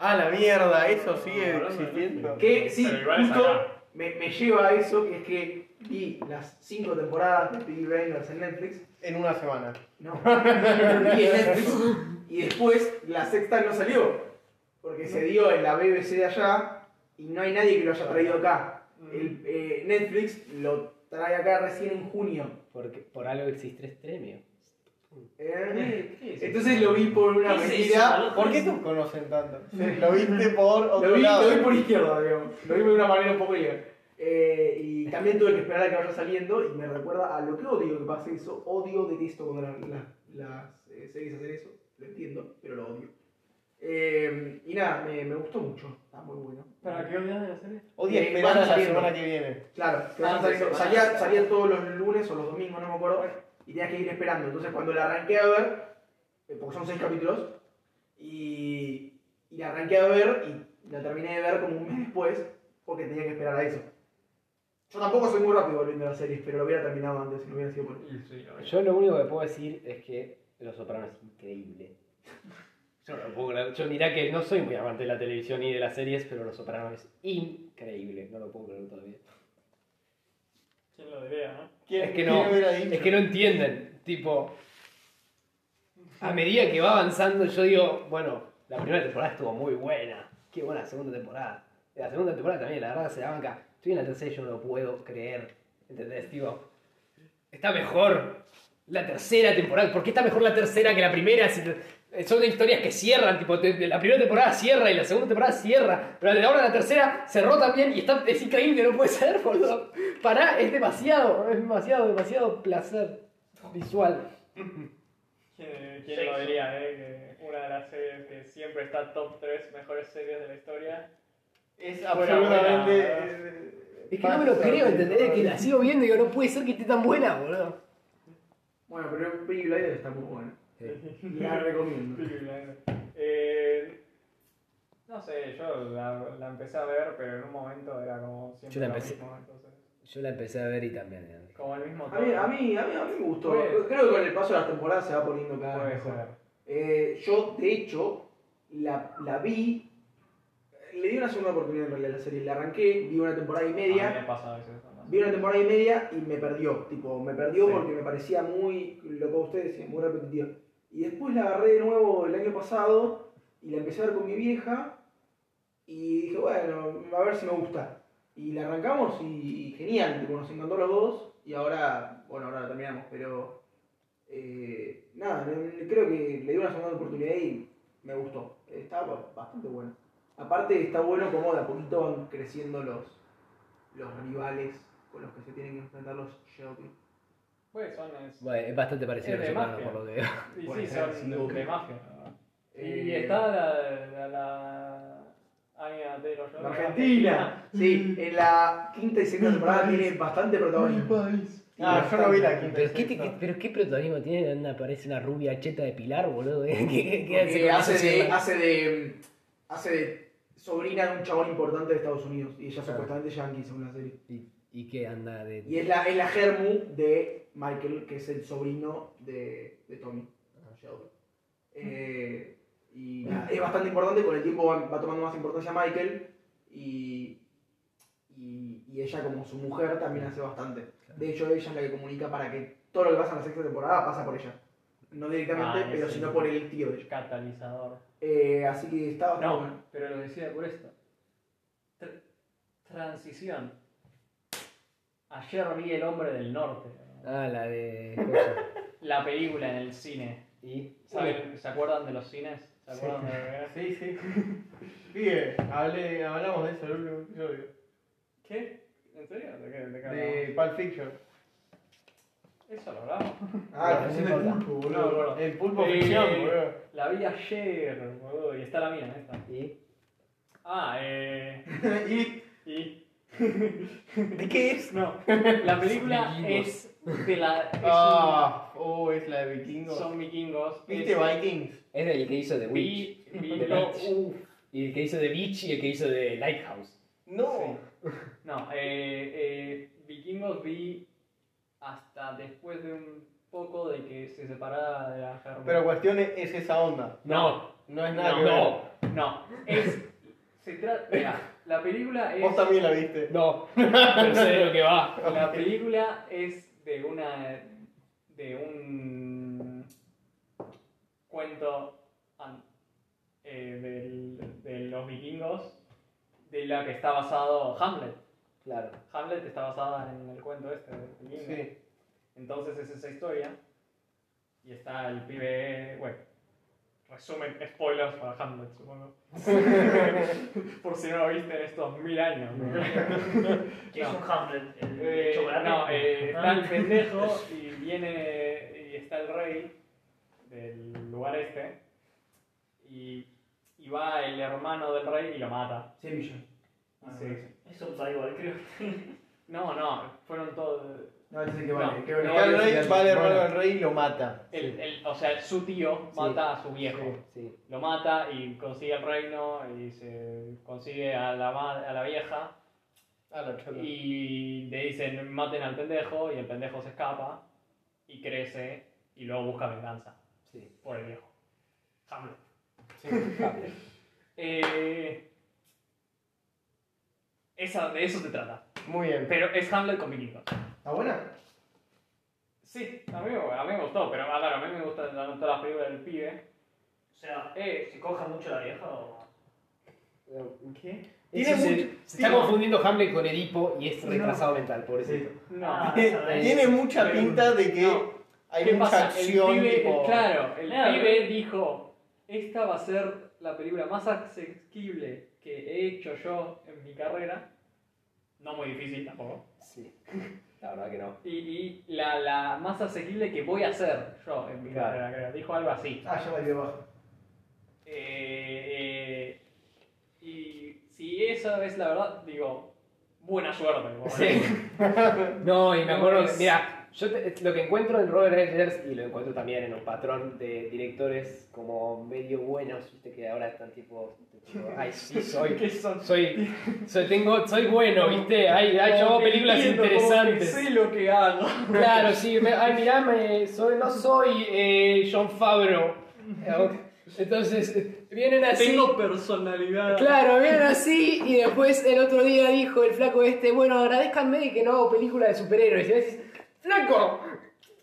Ah, la mierda, eso sigue Hablando de existiendo. Netflix. Que sí, Pero igual es justo acá. me, me lleva a eso, que es que vi las cinco temporadas de Peaky Blinders en Netflix. En una semana. No, vi en Netflix. Y después la sexta no salió. Porque se dio en la BBC de allá y no hay nadie que lo haya traído acá. Mm. El, eh, Netflix lo trae acá recién en junio. Porque por algo existe este extremio. Eh, ¿Qué es eso? Entonces lo vi por una ¿Qué es eso, mentira. Ah, boludo? ¿Por qué te conocen tanto? Lo viste por otro Lo vi, lado. lo vi por izquierda, digamos. Lo vi de una manera un poco ilegal. Eh, y también tuve que esperar a que vaya saliendo y me recuerda a lo que odio que pase eso. Odio, detesto cuando la- la- las eh, series hacen eso. Lo entiendo, pero lo odio. Eh, y nada, me, me gustó mucho. Está muy bueno. ¿Para qué odias de la serie? Odia Eh, esperar van a la saliendo. semana que viene. Claro, que vayan Ah, saliendo. sí, salía, sí. salía todos los lunes o los domingos, no me acuerdo, y tenías que ir esperando. Entonces cuando la arranqué a ver, eh, porque son seis capítulos, y, y la arranqué a ver y la terminé de ver como un mes después, porque tenía que esperar a eso. Yo tampoco soy muy rápido volviendo a las series, pero lo hubiera terminado antes si no hubiera sido por Y sí, lo vi. Yo lo único que puedo decir es que Los Sopranos es increíble. Yo no lo puedo creer. Yo mirá que no soy muy amante de la televisión ni de las series, pero Los Sopranos es increíble. No lo puedo creer todavía. ¿Quién lo diría, no? ¿Quién- Es que quién no, hubiera dicho? Es que no entienden. Tipo, a medida que va avanzando, yo digo, bueno, la primera temporada estuvo muy buena. Qué buena segunda temporada. La segunda temporada también, la verdad, se la banca. Estoy en la tercera y yo no lo puedo creer. ¿Entendés? Digo, está mejor la tercera temporada. ¿Por qué está mejor la tercera que la primera? Si- eh, son de historias que cierran, tipo, te- la primera temporada cierra y la segunda temporada cierra, pero de ahora la tercera cerró también y está, es increíble, no puede ser, boludo. Pará, es demasiado, es demasiado, demasiado placer visual. ¿Quién, quién lo diría, eh? Que una de las series que siempre está top 3 mejores series de la historia. Es Fuera, absolutamente. fuera. eh, Es que no me lo creo, ¿entendés? Es que la absolutamente. sigo viendo y digo, no puede ser que esté tan buena, boludo. Bueno, pero Peaky Blinders está muy buena. La recomiendo. Eh, no sé, yo la, la empecé a ver, pero en un momento era como siempre Yo la lo empecé. mismo, entonces, Yo la empecé a ver y también. ¿eh? como el mismo A mí, tono. a mí, a mí, a mí me gustó. Puede- Creo que con el paso de las temporadas se va poniendo cada vez Puede mejor. ser. Eh, yo, de hecho, la, la vi. Le di una segunda oportunidad en realidad a la serie. La arranqué, vi una temporada y A mí media. me pasa a veces. ¿no? Vi una temporada y media y me perdió. Tipo, me perdió Sí. porque me parecía muy. Lo que ustedes decían, muy repetitiva. Y después la agarré de nuevo el año pasado y la empecé a ver con mi vieja. Y dije, bueno, a ver si me gusta. Y la arrancamos y, genial, tipo, nos encantó los dos. Y ahora, bueno, ahora la terminamos, pero. Eh, nada, no- creo que le di una segunda oportunidad y me gustó. Está ba- bastante bueno. Aparte está bueno como de a poquito van creciendo los, los rivales con los que se tienen que enfrentar los Shogun. Pues son. es- Bueno, es bastante parecido Es de a los Sopranos, mafia. por lo que veo. y puede sí, ser, son sin duda. de mafia. ¿no? Y Eh, está la, la pero yo. Argentina. Sí, en la quinta y sexta temporada tiene bastante protagonismo. Ah, yo no vi la quinta. Pero qué, te- qué- pero qué protagonismo tiene donde aparece una rubia cheta de Pilar, boludo. ¿Qué, qué- qué hace Porque con hace eso? de, hace de. hace de sobrina de un chabón importante de Estados Unidos. Y ella supuestamente es yankee según la serie. ¿Y, y qué anda de...? Y es la, es la Germu de Michael, que es el sobrino de, de Tommy. Sheldon. Eh, y nada, es bastante importante, con el tiempo va, va tomando más importancia Michael y, y, y ella como su mujer también hace bastante. De hecho, ella es la que comunica para que todo lo que pasa en la sexta temporada pasa por ella. No directamente, Ah, es pero el- sino por el tío de ella. Catalizador. Eh, así que está bastante bueno. No, pero lo decía por esto. Tr- transición. Ayer vi El Hombre del Norte. Ah, la de... cosa. La película en el cine. ¿Y? ¿Saben- ¿Se acuerdan de los cines? ¿Se acuerdan de Sí, sí. Bien, hablé, hablamos de eso el último episodio. ¿Qué? ¿En serio? ¿De qué? ¿De qué De Pulp Fiction. hablamos? Eso lo hablamos. Ah, no que es el importa. pulpo, No, boludo. boludo. El pulpo Eh, ficción, boludo. La vi ayer, boludo, y está la mía, esta. ¿Y? Ah, eh. Y Y. ¿De qué es? No. La película Vikingos. es de la. es un- Ah, oh, es la de vikingos. son vikingos. ¿Viste Es- Vikings? Es el que hizo de Witch. Vi, vi, The no, Beach. uh, Y el que hizo de Beach y el que hizo de Lighthouse. No. no, eh, eh, vikingos vi hasta después de un poco de que se separara de la Germán. Pero cuestión es, es esa onda. No, No es nada no, que no, ver. No, es. Se trata. Mira, la película es. Vos también la viste. no. Pero sé de lo que va. La película es de una. de un. cuento. an- eh, del- de los vikingos. de la que está basado Hamlet. Claro. Hamlet está basada en el cuento este de vikingo. Sí. Entonces es esa historia. Y está el pibe. Bueno. Resumen, spoilers para Hamlet, supongo. Por si no lo viste en estos mil años. ¿Qué es No. un Hamlet? ¿El Eh, chocolate? no, eh, está el Ah. pendejo y viene y está el rey del lugar este y, y va el hermano del rey y lo mata. Sevilla. Ah, Y se- Eso da igual, creo. No, no, fueron todos... No, ese es el que vale. No. el que Está vale. el rey, va el hermano Bueno, del rey y lo mata. el- el- o sea, su tío Sí. mata a su viejo. Sí, Lo mata y consigue el reino y se consigue a la, ma- a la vieja Ah, la chola. y le dicen maten al pendejo y el pendejo se escapa y crece y luego busca venganza. sí. por el viejo. Hamlet. sí. Hamlet. Eh, esa, de eso se trata. Muy bien. Pero es Hamlet con vikingos. ¿Está buena? Sí, a mí, me- a mí me gustó, pero ah, claro, a mí me gustan tanto las películas del pibe. O sea, Eh, ¿se coja mucho la vieja o.? ¿Qué? Tiene Eso se, mucho- se está confundiendo Hamlet con Edipo y es retrasado mental, pobrecito. No. Ah, Tiene mucha Pero- pinta de que No. hay ¿Qué mucha pasa? acción. el pibe, tipo... Claro, el Claro. pibe dijo, esta va a ser la película más asequible que he hecho yo en mi carrera. No muy difícil tampoco. Sí. La verdad que no. Y, y la, la más asequible que voy a hacer yo en mi Claro. carrera, creo. Dijo algo así. Ah, ya la vi abajo. Eh, eh, y si esa es la verdad, digo, buena suerte. como Sí. No, y me No, acuerdo, es- mira, yo te- lo que encuentro en Robert Eggers y lo encuentro también en un patrón de directores como medio buenos, viste que ahora están tipo, tipo, ay sí ¿no? soy, ¿Qué son? soy, soy tengo, soy bueno, viste, ay, ay, yo hago Como que películas entiendo, como que interesantes. Sé lo que hago. Claro, sí, me- ay mirá, me- soy, no soy eh, John Favreau. Entonces, eh, vienen así. Tengo personalidad. Claro, vieron así y después el otro día dijo el flaco este, bueno, agradezcanme que no hago películas de superhéroes. Y vos decís, flaco,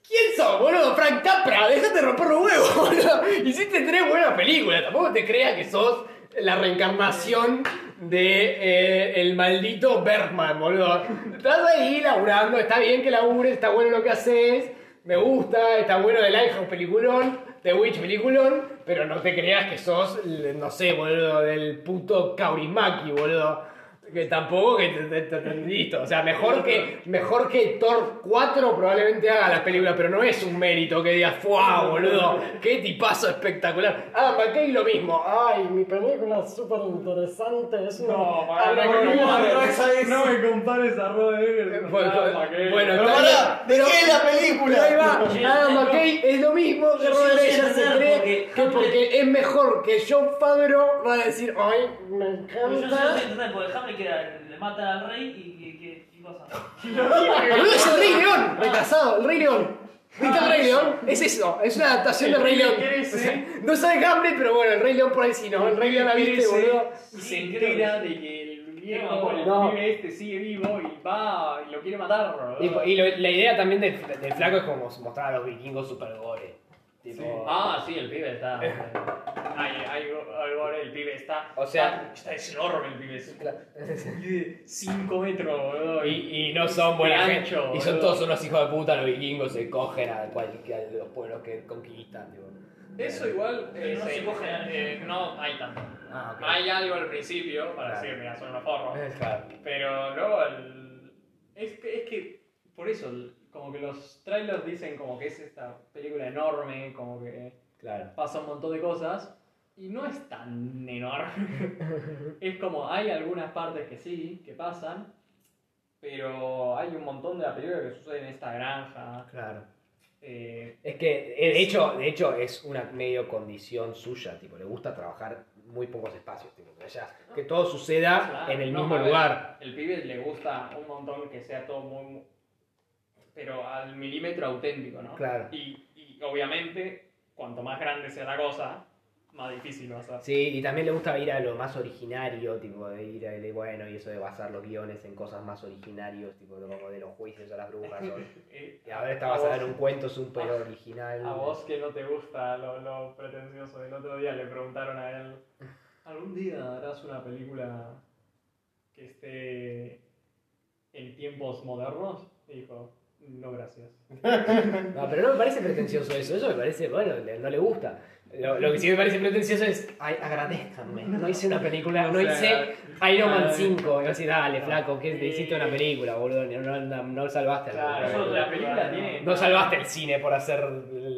¿quién sos, boludo? Frank Capra, déjate romper los huevos, boludo. Hiciste tres buenas películas, tampoco te creas que sos la reencarnación de eh, el maldito Bergman, boludo. Estás ahí laburando, está bien que labures, está bueno lo que haces, me gusta, está bueno The Lighthouse peliculón, The Witch peliculón, pero no te creas que sos, l- no sé, boludo, del puto Kaurismaki, boludo. Que tampoco que te- te- te- te- listo. O sea, mejor que, mejor que Thor 4 probablemente haga las películas, pero no es un mérito que digas, ¡fuah, boludo! ¡Qué tipazo espectacular! Ah, McKay lo mismo. ¡Ay, mi película es súper interesante! Es una alegoría". No me compares a Rod Eggers. Bueno, Nada, que- bueno, Pero está bien. pará, ¿de qué es la película? Pero ahí va, Adam McKay es lo mismo que Yo Robert sigo sin Eggers se entender cree porque que porque es mejor que John Favreau va a decir, ay, me Yo no encanta. sé entender porque Hamlet queda, le mata al rey y que, que, ¿qué pasa? Boludo, es el Rey León, retrasado, el Rey León. ¿Viste el Rey León? Es eso, es una adaptación del Rey León. O sea, no sabe Hamlet, pero bueno, el Rey León por ahí sí, no, el Rey León la viste, Crece boludo. Y se Sí, entera de que el viejo, el No. pibe este sigue vivo y va y lo quiere matar. boludo. Tipo, y lo- la idea también del, del flaco es como mostrar a los vikingos super gore. Tipo, Ah, sí, el pibe está. Ay, ay, ay, ahora el pibe está. ah, O sea- está, es enorme el pibe, Ah, es 5 metros, boludo. Y Y, y no son buena Muy gente. ancho, Y son boludo. todos unos hijos de puta, los vikingos se cogen a cualquiera de los pueblos que conquistan. Tipo. eso igual. Pero no eh, se coge a- eh, no hay tanto. Ah, ok. Hay algo al principio para Claro. decir, mira, son unos forros. Claro. Pero luego el- es, que, es que por eso, el- como que los trailers dicen como que es esta película enorme, como que claro. pasa un montón de cosas y no es tan enorme. es como hay algunas partes que sí, que pasan, pero hay un montón de la película que sucede en esta granja. Claro. eh, Es que, eh, de hecho, de hecho es una medio condición suya, tipo, le gusta trabajar muy pocos espacios, tipo, que, haya- que todo suceda Claro, en el no, mismo a ver. lugar. el pibe le gusta un montón que sea todo muy, muy- pero al milímetro auténtico, ¿no? Claro. Y, y obviamente, cuanto más grande sea la cosa, más difícil va a ser. Sí, y también le gusta ir a lo más originario, tipo, de ir a de- bueno, y eso de basar los guiones en cosas más originarios, tipo, de- como de los juicios a las brujas. o- Eh, y ahora está basada vos- en un cuento súper original. A vos que no te gusta lo, lo pretencioso del otro día le preguntaron a él, ¿algún día harás una película que esté en tiempos modernos? Y dijo, no gracias. No, pero no me parece pretencioso eso, eso me parece, bueno, le- no le gusta. Lo, lo que sí me parece pretencioso es, ay, agradezcanme, no hice una película, no hice Iron Man 5. Y así, dale, flaco, que te hiciste una película, boludo, no, no, no salvaste la Claro, película. la película tiene... No salvaste el cine por hacer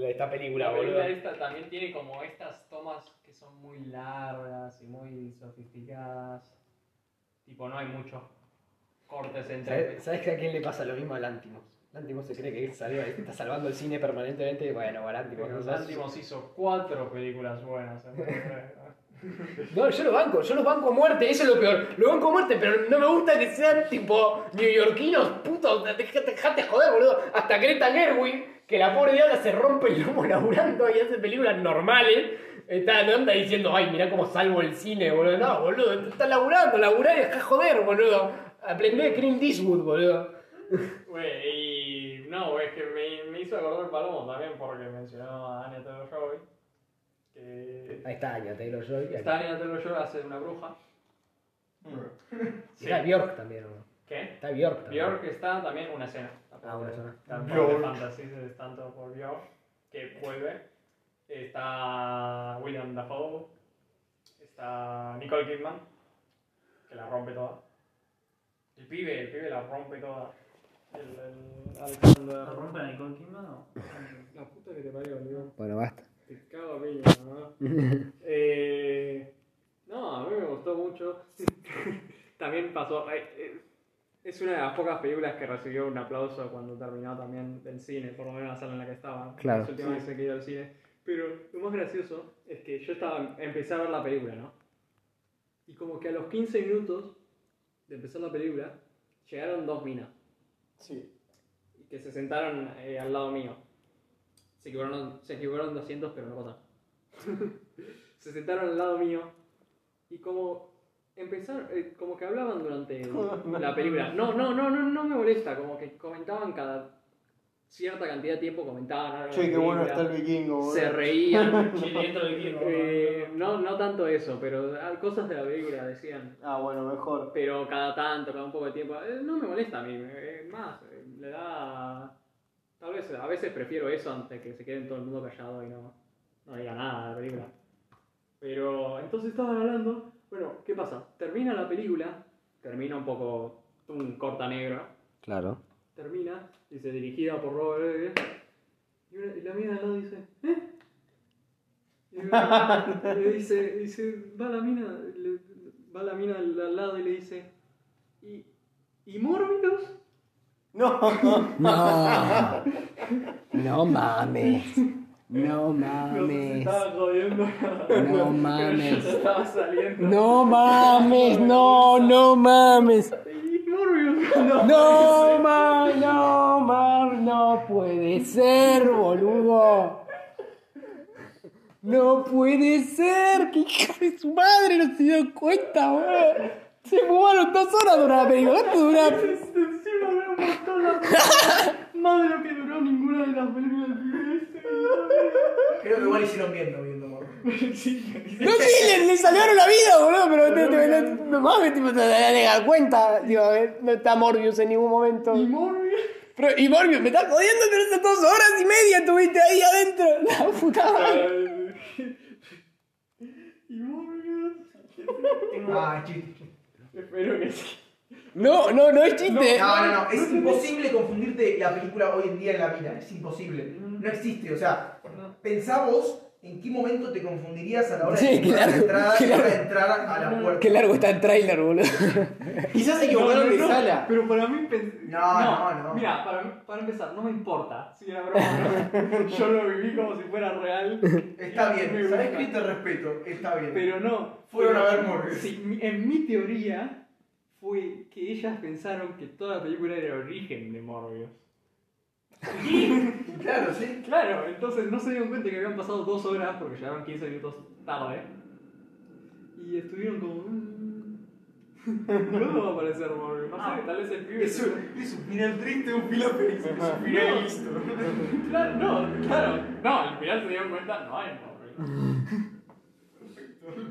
esta película, La boludo. película esta también tiene como estas tomas que son muy largas y muy sofisticadas. Tipo, no hay muchos cortes entre... ¿Sabes sabes a quién le pasa lo mismo a Lántimos? Lántimos se cree que salió- está salvando el cine permanentemente. Bueno, Lántimos, no, Los sos- últimos hizo cuatro películas buenas. ¿eh? ¿entendés? No, yo los banco, yo los banco a muerte, eso es lo peor. Los banco a muerte, pero no me gusta que sean tipo neoyorquinos, putos, dejate, dejate joder, boludo. Hasta Greta Gerwig, que la pobre diabla se rompe el lomo laburando y hace películas normales. Está, no anda diciendo, ay, mirá cómo salvo el cine, boludo. No, boludo, está laburando, laburá y dejá joder, boludo. Aprendé de Clint Eastwood, boludo. Güey, y no, güey, es que me, me hizo acordar Palomo también porque mencionó a Anya Taylor-Joy. Que Ahí está, ya Taylor Joy. ahí está Anya Taylor-Joy hace una bruja. Y Está Bjork también, ¿no? ¿Qué? Está Bjork también. Bjork está también una escena. Ah, una escena. Bjork. Fantasy es tanto por Bjork que vuelve. Está William Dafoe. Está Nicole Kidman que la rompe toda. El pibe, el pibe la rompe toda. El, el Alexander. ¿Lo rompen a Nicole Kidman o? La puta que te parió, Dios. Bueno, basta. Te cago a piña, ¿no? Eh, no, a mí me gustó mucho. también pasó. eh, eh, es una de las pocas películas que recibió un aplauso cuando terminó también del cine, por lo menos en la sala en la que estaba. Claro. Es la última vez que he ido al cine. Pero lo más gracioso es que yo estaba, empecé a ver la película, ¿no? Y como que a los 15 minutos de empezar la película, llegaron dos minas. Sí. Que se sentaron eh, al lado mío. Se equivocaron, se equivocaron 200, pero no pasa. se sentaron al lado mío y como empezaron, eh, como que hablaban durante la película. No, no, no, no, no me molesta, como que comentaban cada cierta cantidad de tiempo, comentaban algo. de Che, la qué bueno está película, el vikingo, boludo. Se reían. Sí, dentro de quién, Eh, no, no tanto eso, pero ah, cosas de la película decían Ah, bueno, mejor. pero cada tanto, cada un poco de tiempo, eh, no me molesta a mí, eh, más, eh, le da... Tal vez, a veces prefiero eso antes que se queden todo el mundo callado y no, no diga nada de la película. Pero entonces estaban hablando, bueno, ¿qué pasa? Termina la película, termina un poco un corta negro. Claro. Termina, dice dirigida por Robert Eggers. Y, una- y la mina al lado dice, ¿eh? Y una- le dice, dice, va la mina, le- va la mina al, al lado y le dice, ¿y, y Mórbidos? No. No mames. No mames. Estaba jodiendo. No mames. Yo estaba saliendo. No mames, no, no mames. Y Morbius. No. No mames, no mames, no puede ser, boludo. No puede ser, que hija de su madre no se dio cuenta, boludo. Se fumaron dos horas durante la película, ¿cuánto duraba? Encima me un montón la Más de lo que duró ninguna de las películas Creo que igual hicieron bien no viendo Morbius. No, sí, le, le salvaron la vida, boludo, pero no, no, no, no mames, tipo, te das cuenta. Digo, a ver, no está Morbius en ningún momento. ¿Y Morbius? Pero, y Morbius, me estás jodiendo, pero esas dos horas y media tuviste ahí adentro. La puta madre. Ah, chiste. No, no, no es chiste. No, no, no. Es imposible confundirte la película hoy en día en la mina. Es imposible. No existe. O sea, pensá vos en qué momento te confundirías a la hora de, Sí, claro, comprar la entrada y a la hora de claro. entrar a la puerta. Qué largo está el tráiler, boludo. Quizás se equivocaron de sala. Pero para mí pensé. No, no, no. Mira, para, mí- para empezar, no me importa si era broma o no. Yo lo viví como si fuera real, Está bien. Me ¿Sabes gusta. qué? Te respeto. Está bien. pero no. Fueron Pero- a ver Morbius. Sí, mi- en mi teoría fue que ellas pensaron que toda la película era el origen de Morbius. Claro, sí. Claro, entonces no se dieron cuenta que habían pasado dos horas porque llegaron 15 minutos tarde. Y estuvieron como. "Mm, ¿Cuándo va a aparecer Morbius? No sé, tal vez el pibe. Ah. Es un, es un final triste, un final feliz. Es un final listo. Claro, no, claro. No, al final se dieron cuenta, no hay Morbius.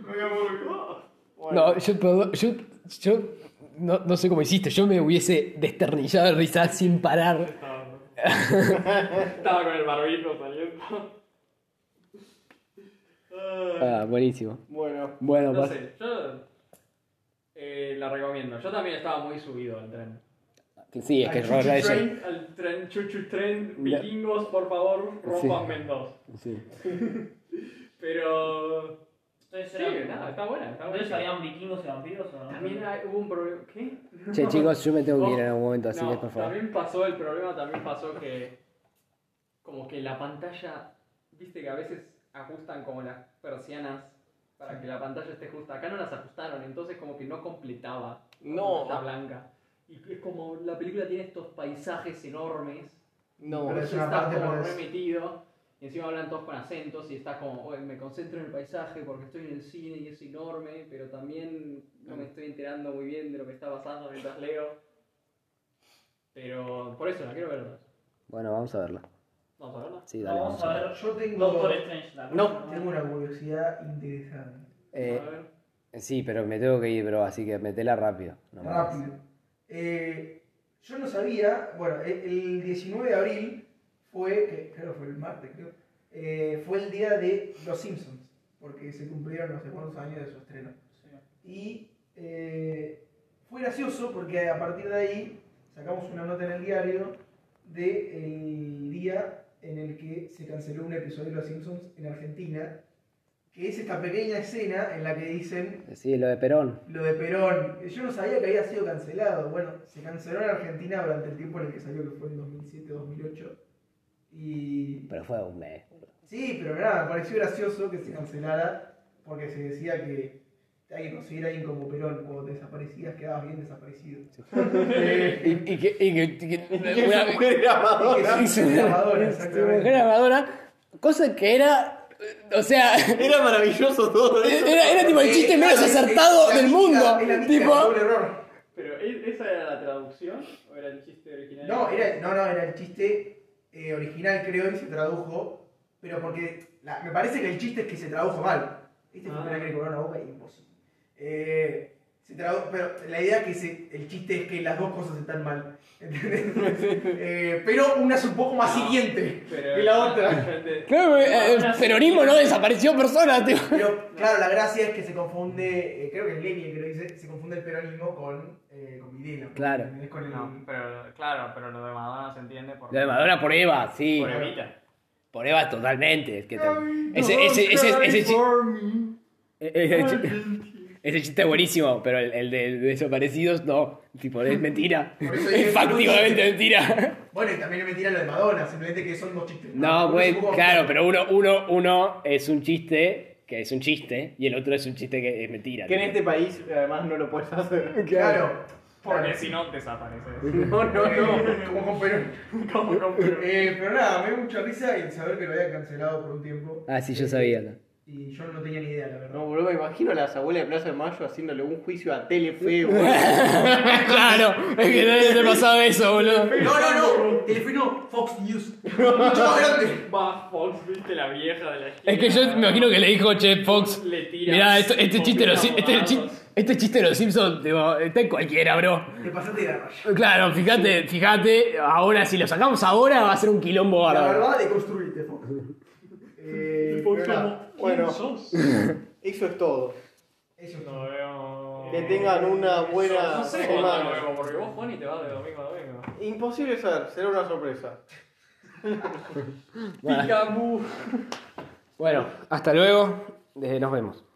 No había Morbius. No, yo, perdón, yo, yo no, no sé cómo hiciste, yo me hubiese desternillado de risa sin parar. Estaba, estaba con el barbijo saliendo. Ah, buenísimo. Bueno, Bueno, No pas- sé, yo. Eh, la recomiendo. Yo también estaba muy subido al tren. que sí, es que Al Robert Chuchu Redford- Train. Al tren, chuchu tren, Ya. vikingos, por favor, rompanme en dos. sí. Pero. Entonces Sí, eran- nada, está buena, está Entonces buena. habían vikingos y vampiros o no. También hay- hubo un problema. ¿Qué? Che, chicos, yo me tengo que ir No, en algún momento, así no, que por favor. También pasó el problema, también pasó que. Como que la pantalla. Viste que a veces ajustan como las persianas para que la pantalla esté justa. Acá no las ajustaron, entonces como que no completaba. No. Está blanca. Y es como la película tiene estos paisajes enormes. no. Pero es una estás parte, como pero es- remetido. Y encima hablan todos con acentos y estás como, "Oye, me concentro en el paisaje porque estoy en el cine y es enorme, pero también no me estoy enterando muy bien de lo que está pasando mientras leo. Pero por eso la quiero ver. más. Bueno, vamos a verla. Vamos a verla. Sí, dale, Vamos a ver Yo tengo, Doctor E. Strange. la próxima. tengo una curiosidad interesante. Eh, a ver. sí, pero me tengo que ir, bro, así que metela rápido. No mames. Rápido. Eh, yo no sabía, bueno, e- el 19 de abril fue, que creo fue el martes, creo, eh, fue el día de Los Simpsons, porque se cumplieron no sé cuántos años de su estreno. Y eh, fue gracioso porque a partir de ahí sacamos una nota en el diario del día en el que se canceló un episodio de Los Simpsons en Argentina, que es esta pequeña escena en la que dicen Sí, lo de Perón. lo de Perón, yo no sabía que había sido cancelado. Bueno, se canceló en Argentina durante el tiempo en el que salió, que fue en 2007-2008. Y. Pero fue un mes. Sí, pero nada, me pareció gracioso que se cancelara porque se decía que hay que conseguir a alguien como Perón. Cuando te desaparecías, quedabas bien desaparecido. Y, y que, y que- y que- una- Esa mujer era Ah, Y que Madonna. sí, soy grabadora, exactamente. mujer grabadora, cosa que era, eh, o sea, Era maravilloso todo eso. era, era tipo el chiste menos Eh, es- es- acertado es la del mítica, mundo. es la mítica, Tipo, doble error. Pero ¿e- ¿esa era la traducción o era el chiste original? No, era, no, no, era el chiste eh, original, creo, y se tradujo. Pero porque la- me parece que el chiste es que se tradujo mal. Este fue Ah. un penal que le cobraron a Boca y imposible. Eh, se tradu- pero la idea que se- el chiste es que las dos cosas están mal. ¿entendés? Eh, pero una es un poco más Ah. hiriente que la otra. Claro, eh, el peronismo no desapareció persona, tío. Pero claro, la gracia es que se confunde, eh, creo que es Lenin el que lo dice, se confunde el peronismo con, eh, con Videla. Claro. Ah. ¿entendés? Con el- No, pero claro, pero lo de Madonna se entiende por. Lo de Madonna por Eva, sí. Por Evita. Por Eva totalmente. es que tal- ese, ese, ese, ese, chi- eh, eh, ese chi- ese chiste es buenísimo, pero el, el de desaparecidos no. Tipo, es mentira. Por eso dije Es factivamente mentira. Bueno, y también es mentira lo de Madonna, simplemente que son dos chistes. No, Uno pues, es un poco- claro, pero uno, uno, uno es un chiste que es un chiste y el otro es un chiste que es mentira. Que en este país además no lo puedes hacer. Claro. Porque si no, desapareces. No, no, no. Como con Perón. Eh, pero nada, me dio mucha risa el saber que lo había cancelado por un tiempo. Ah, sí, yo sabía. ¿no? Y yo no tenía ni idea, la verdad. No, boludo, me imagino a las abuelas de Plaza de Mayo haciéndole un juicio a Telefe, boludo. claro, es que nadie te pasaba eso, boludo. No, no, no. Telefe no, Fox News. Mucho más grande. Va, Fox, viste la vieja de la esquina. Es que yo me imagino que le dijo, che, Fox, Le tira. mirá, esto- este, Con chiste de los, tira Sim- este, chi- abogados. este chiste de los Simpsons tipo, está en cualquiera, bro. Te pasaste de la raya. Claro, fíjate, fíjate, ahora si lo sacamos ahora va a ser un quilombo La bárbaro. verdad, deconstruiste, Fox. Eh, pero nada, Bueno, eso es todo. eso es todo. Nos vemos. Que tengan una buena No sé cuándo nos semana. vemos, porque vos, Juan, y te vas de domingo a domingo. Imposible saber, será una sorpresa. Bueno, Picamu. bueno, hasta luego, eh, nos vemos.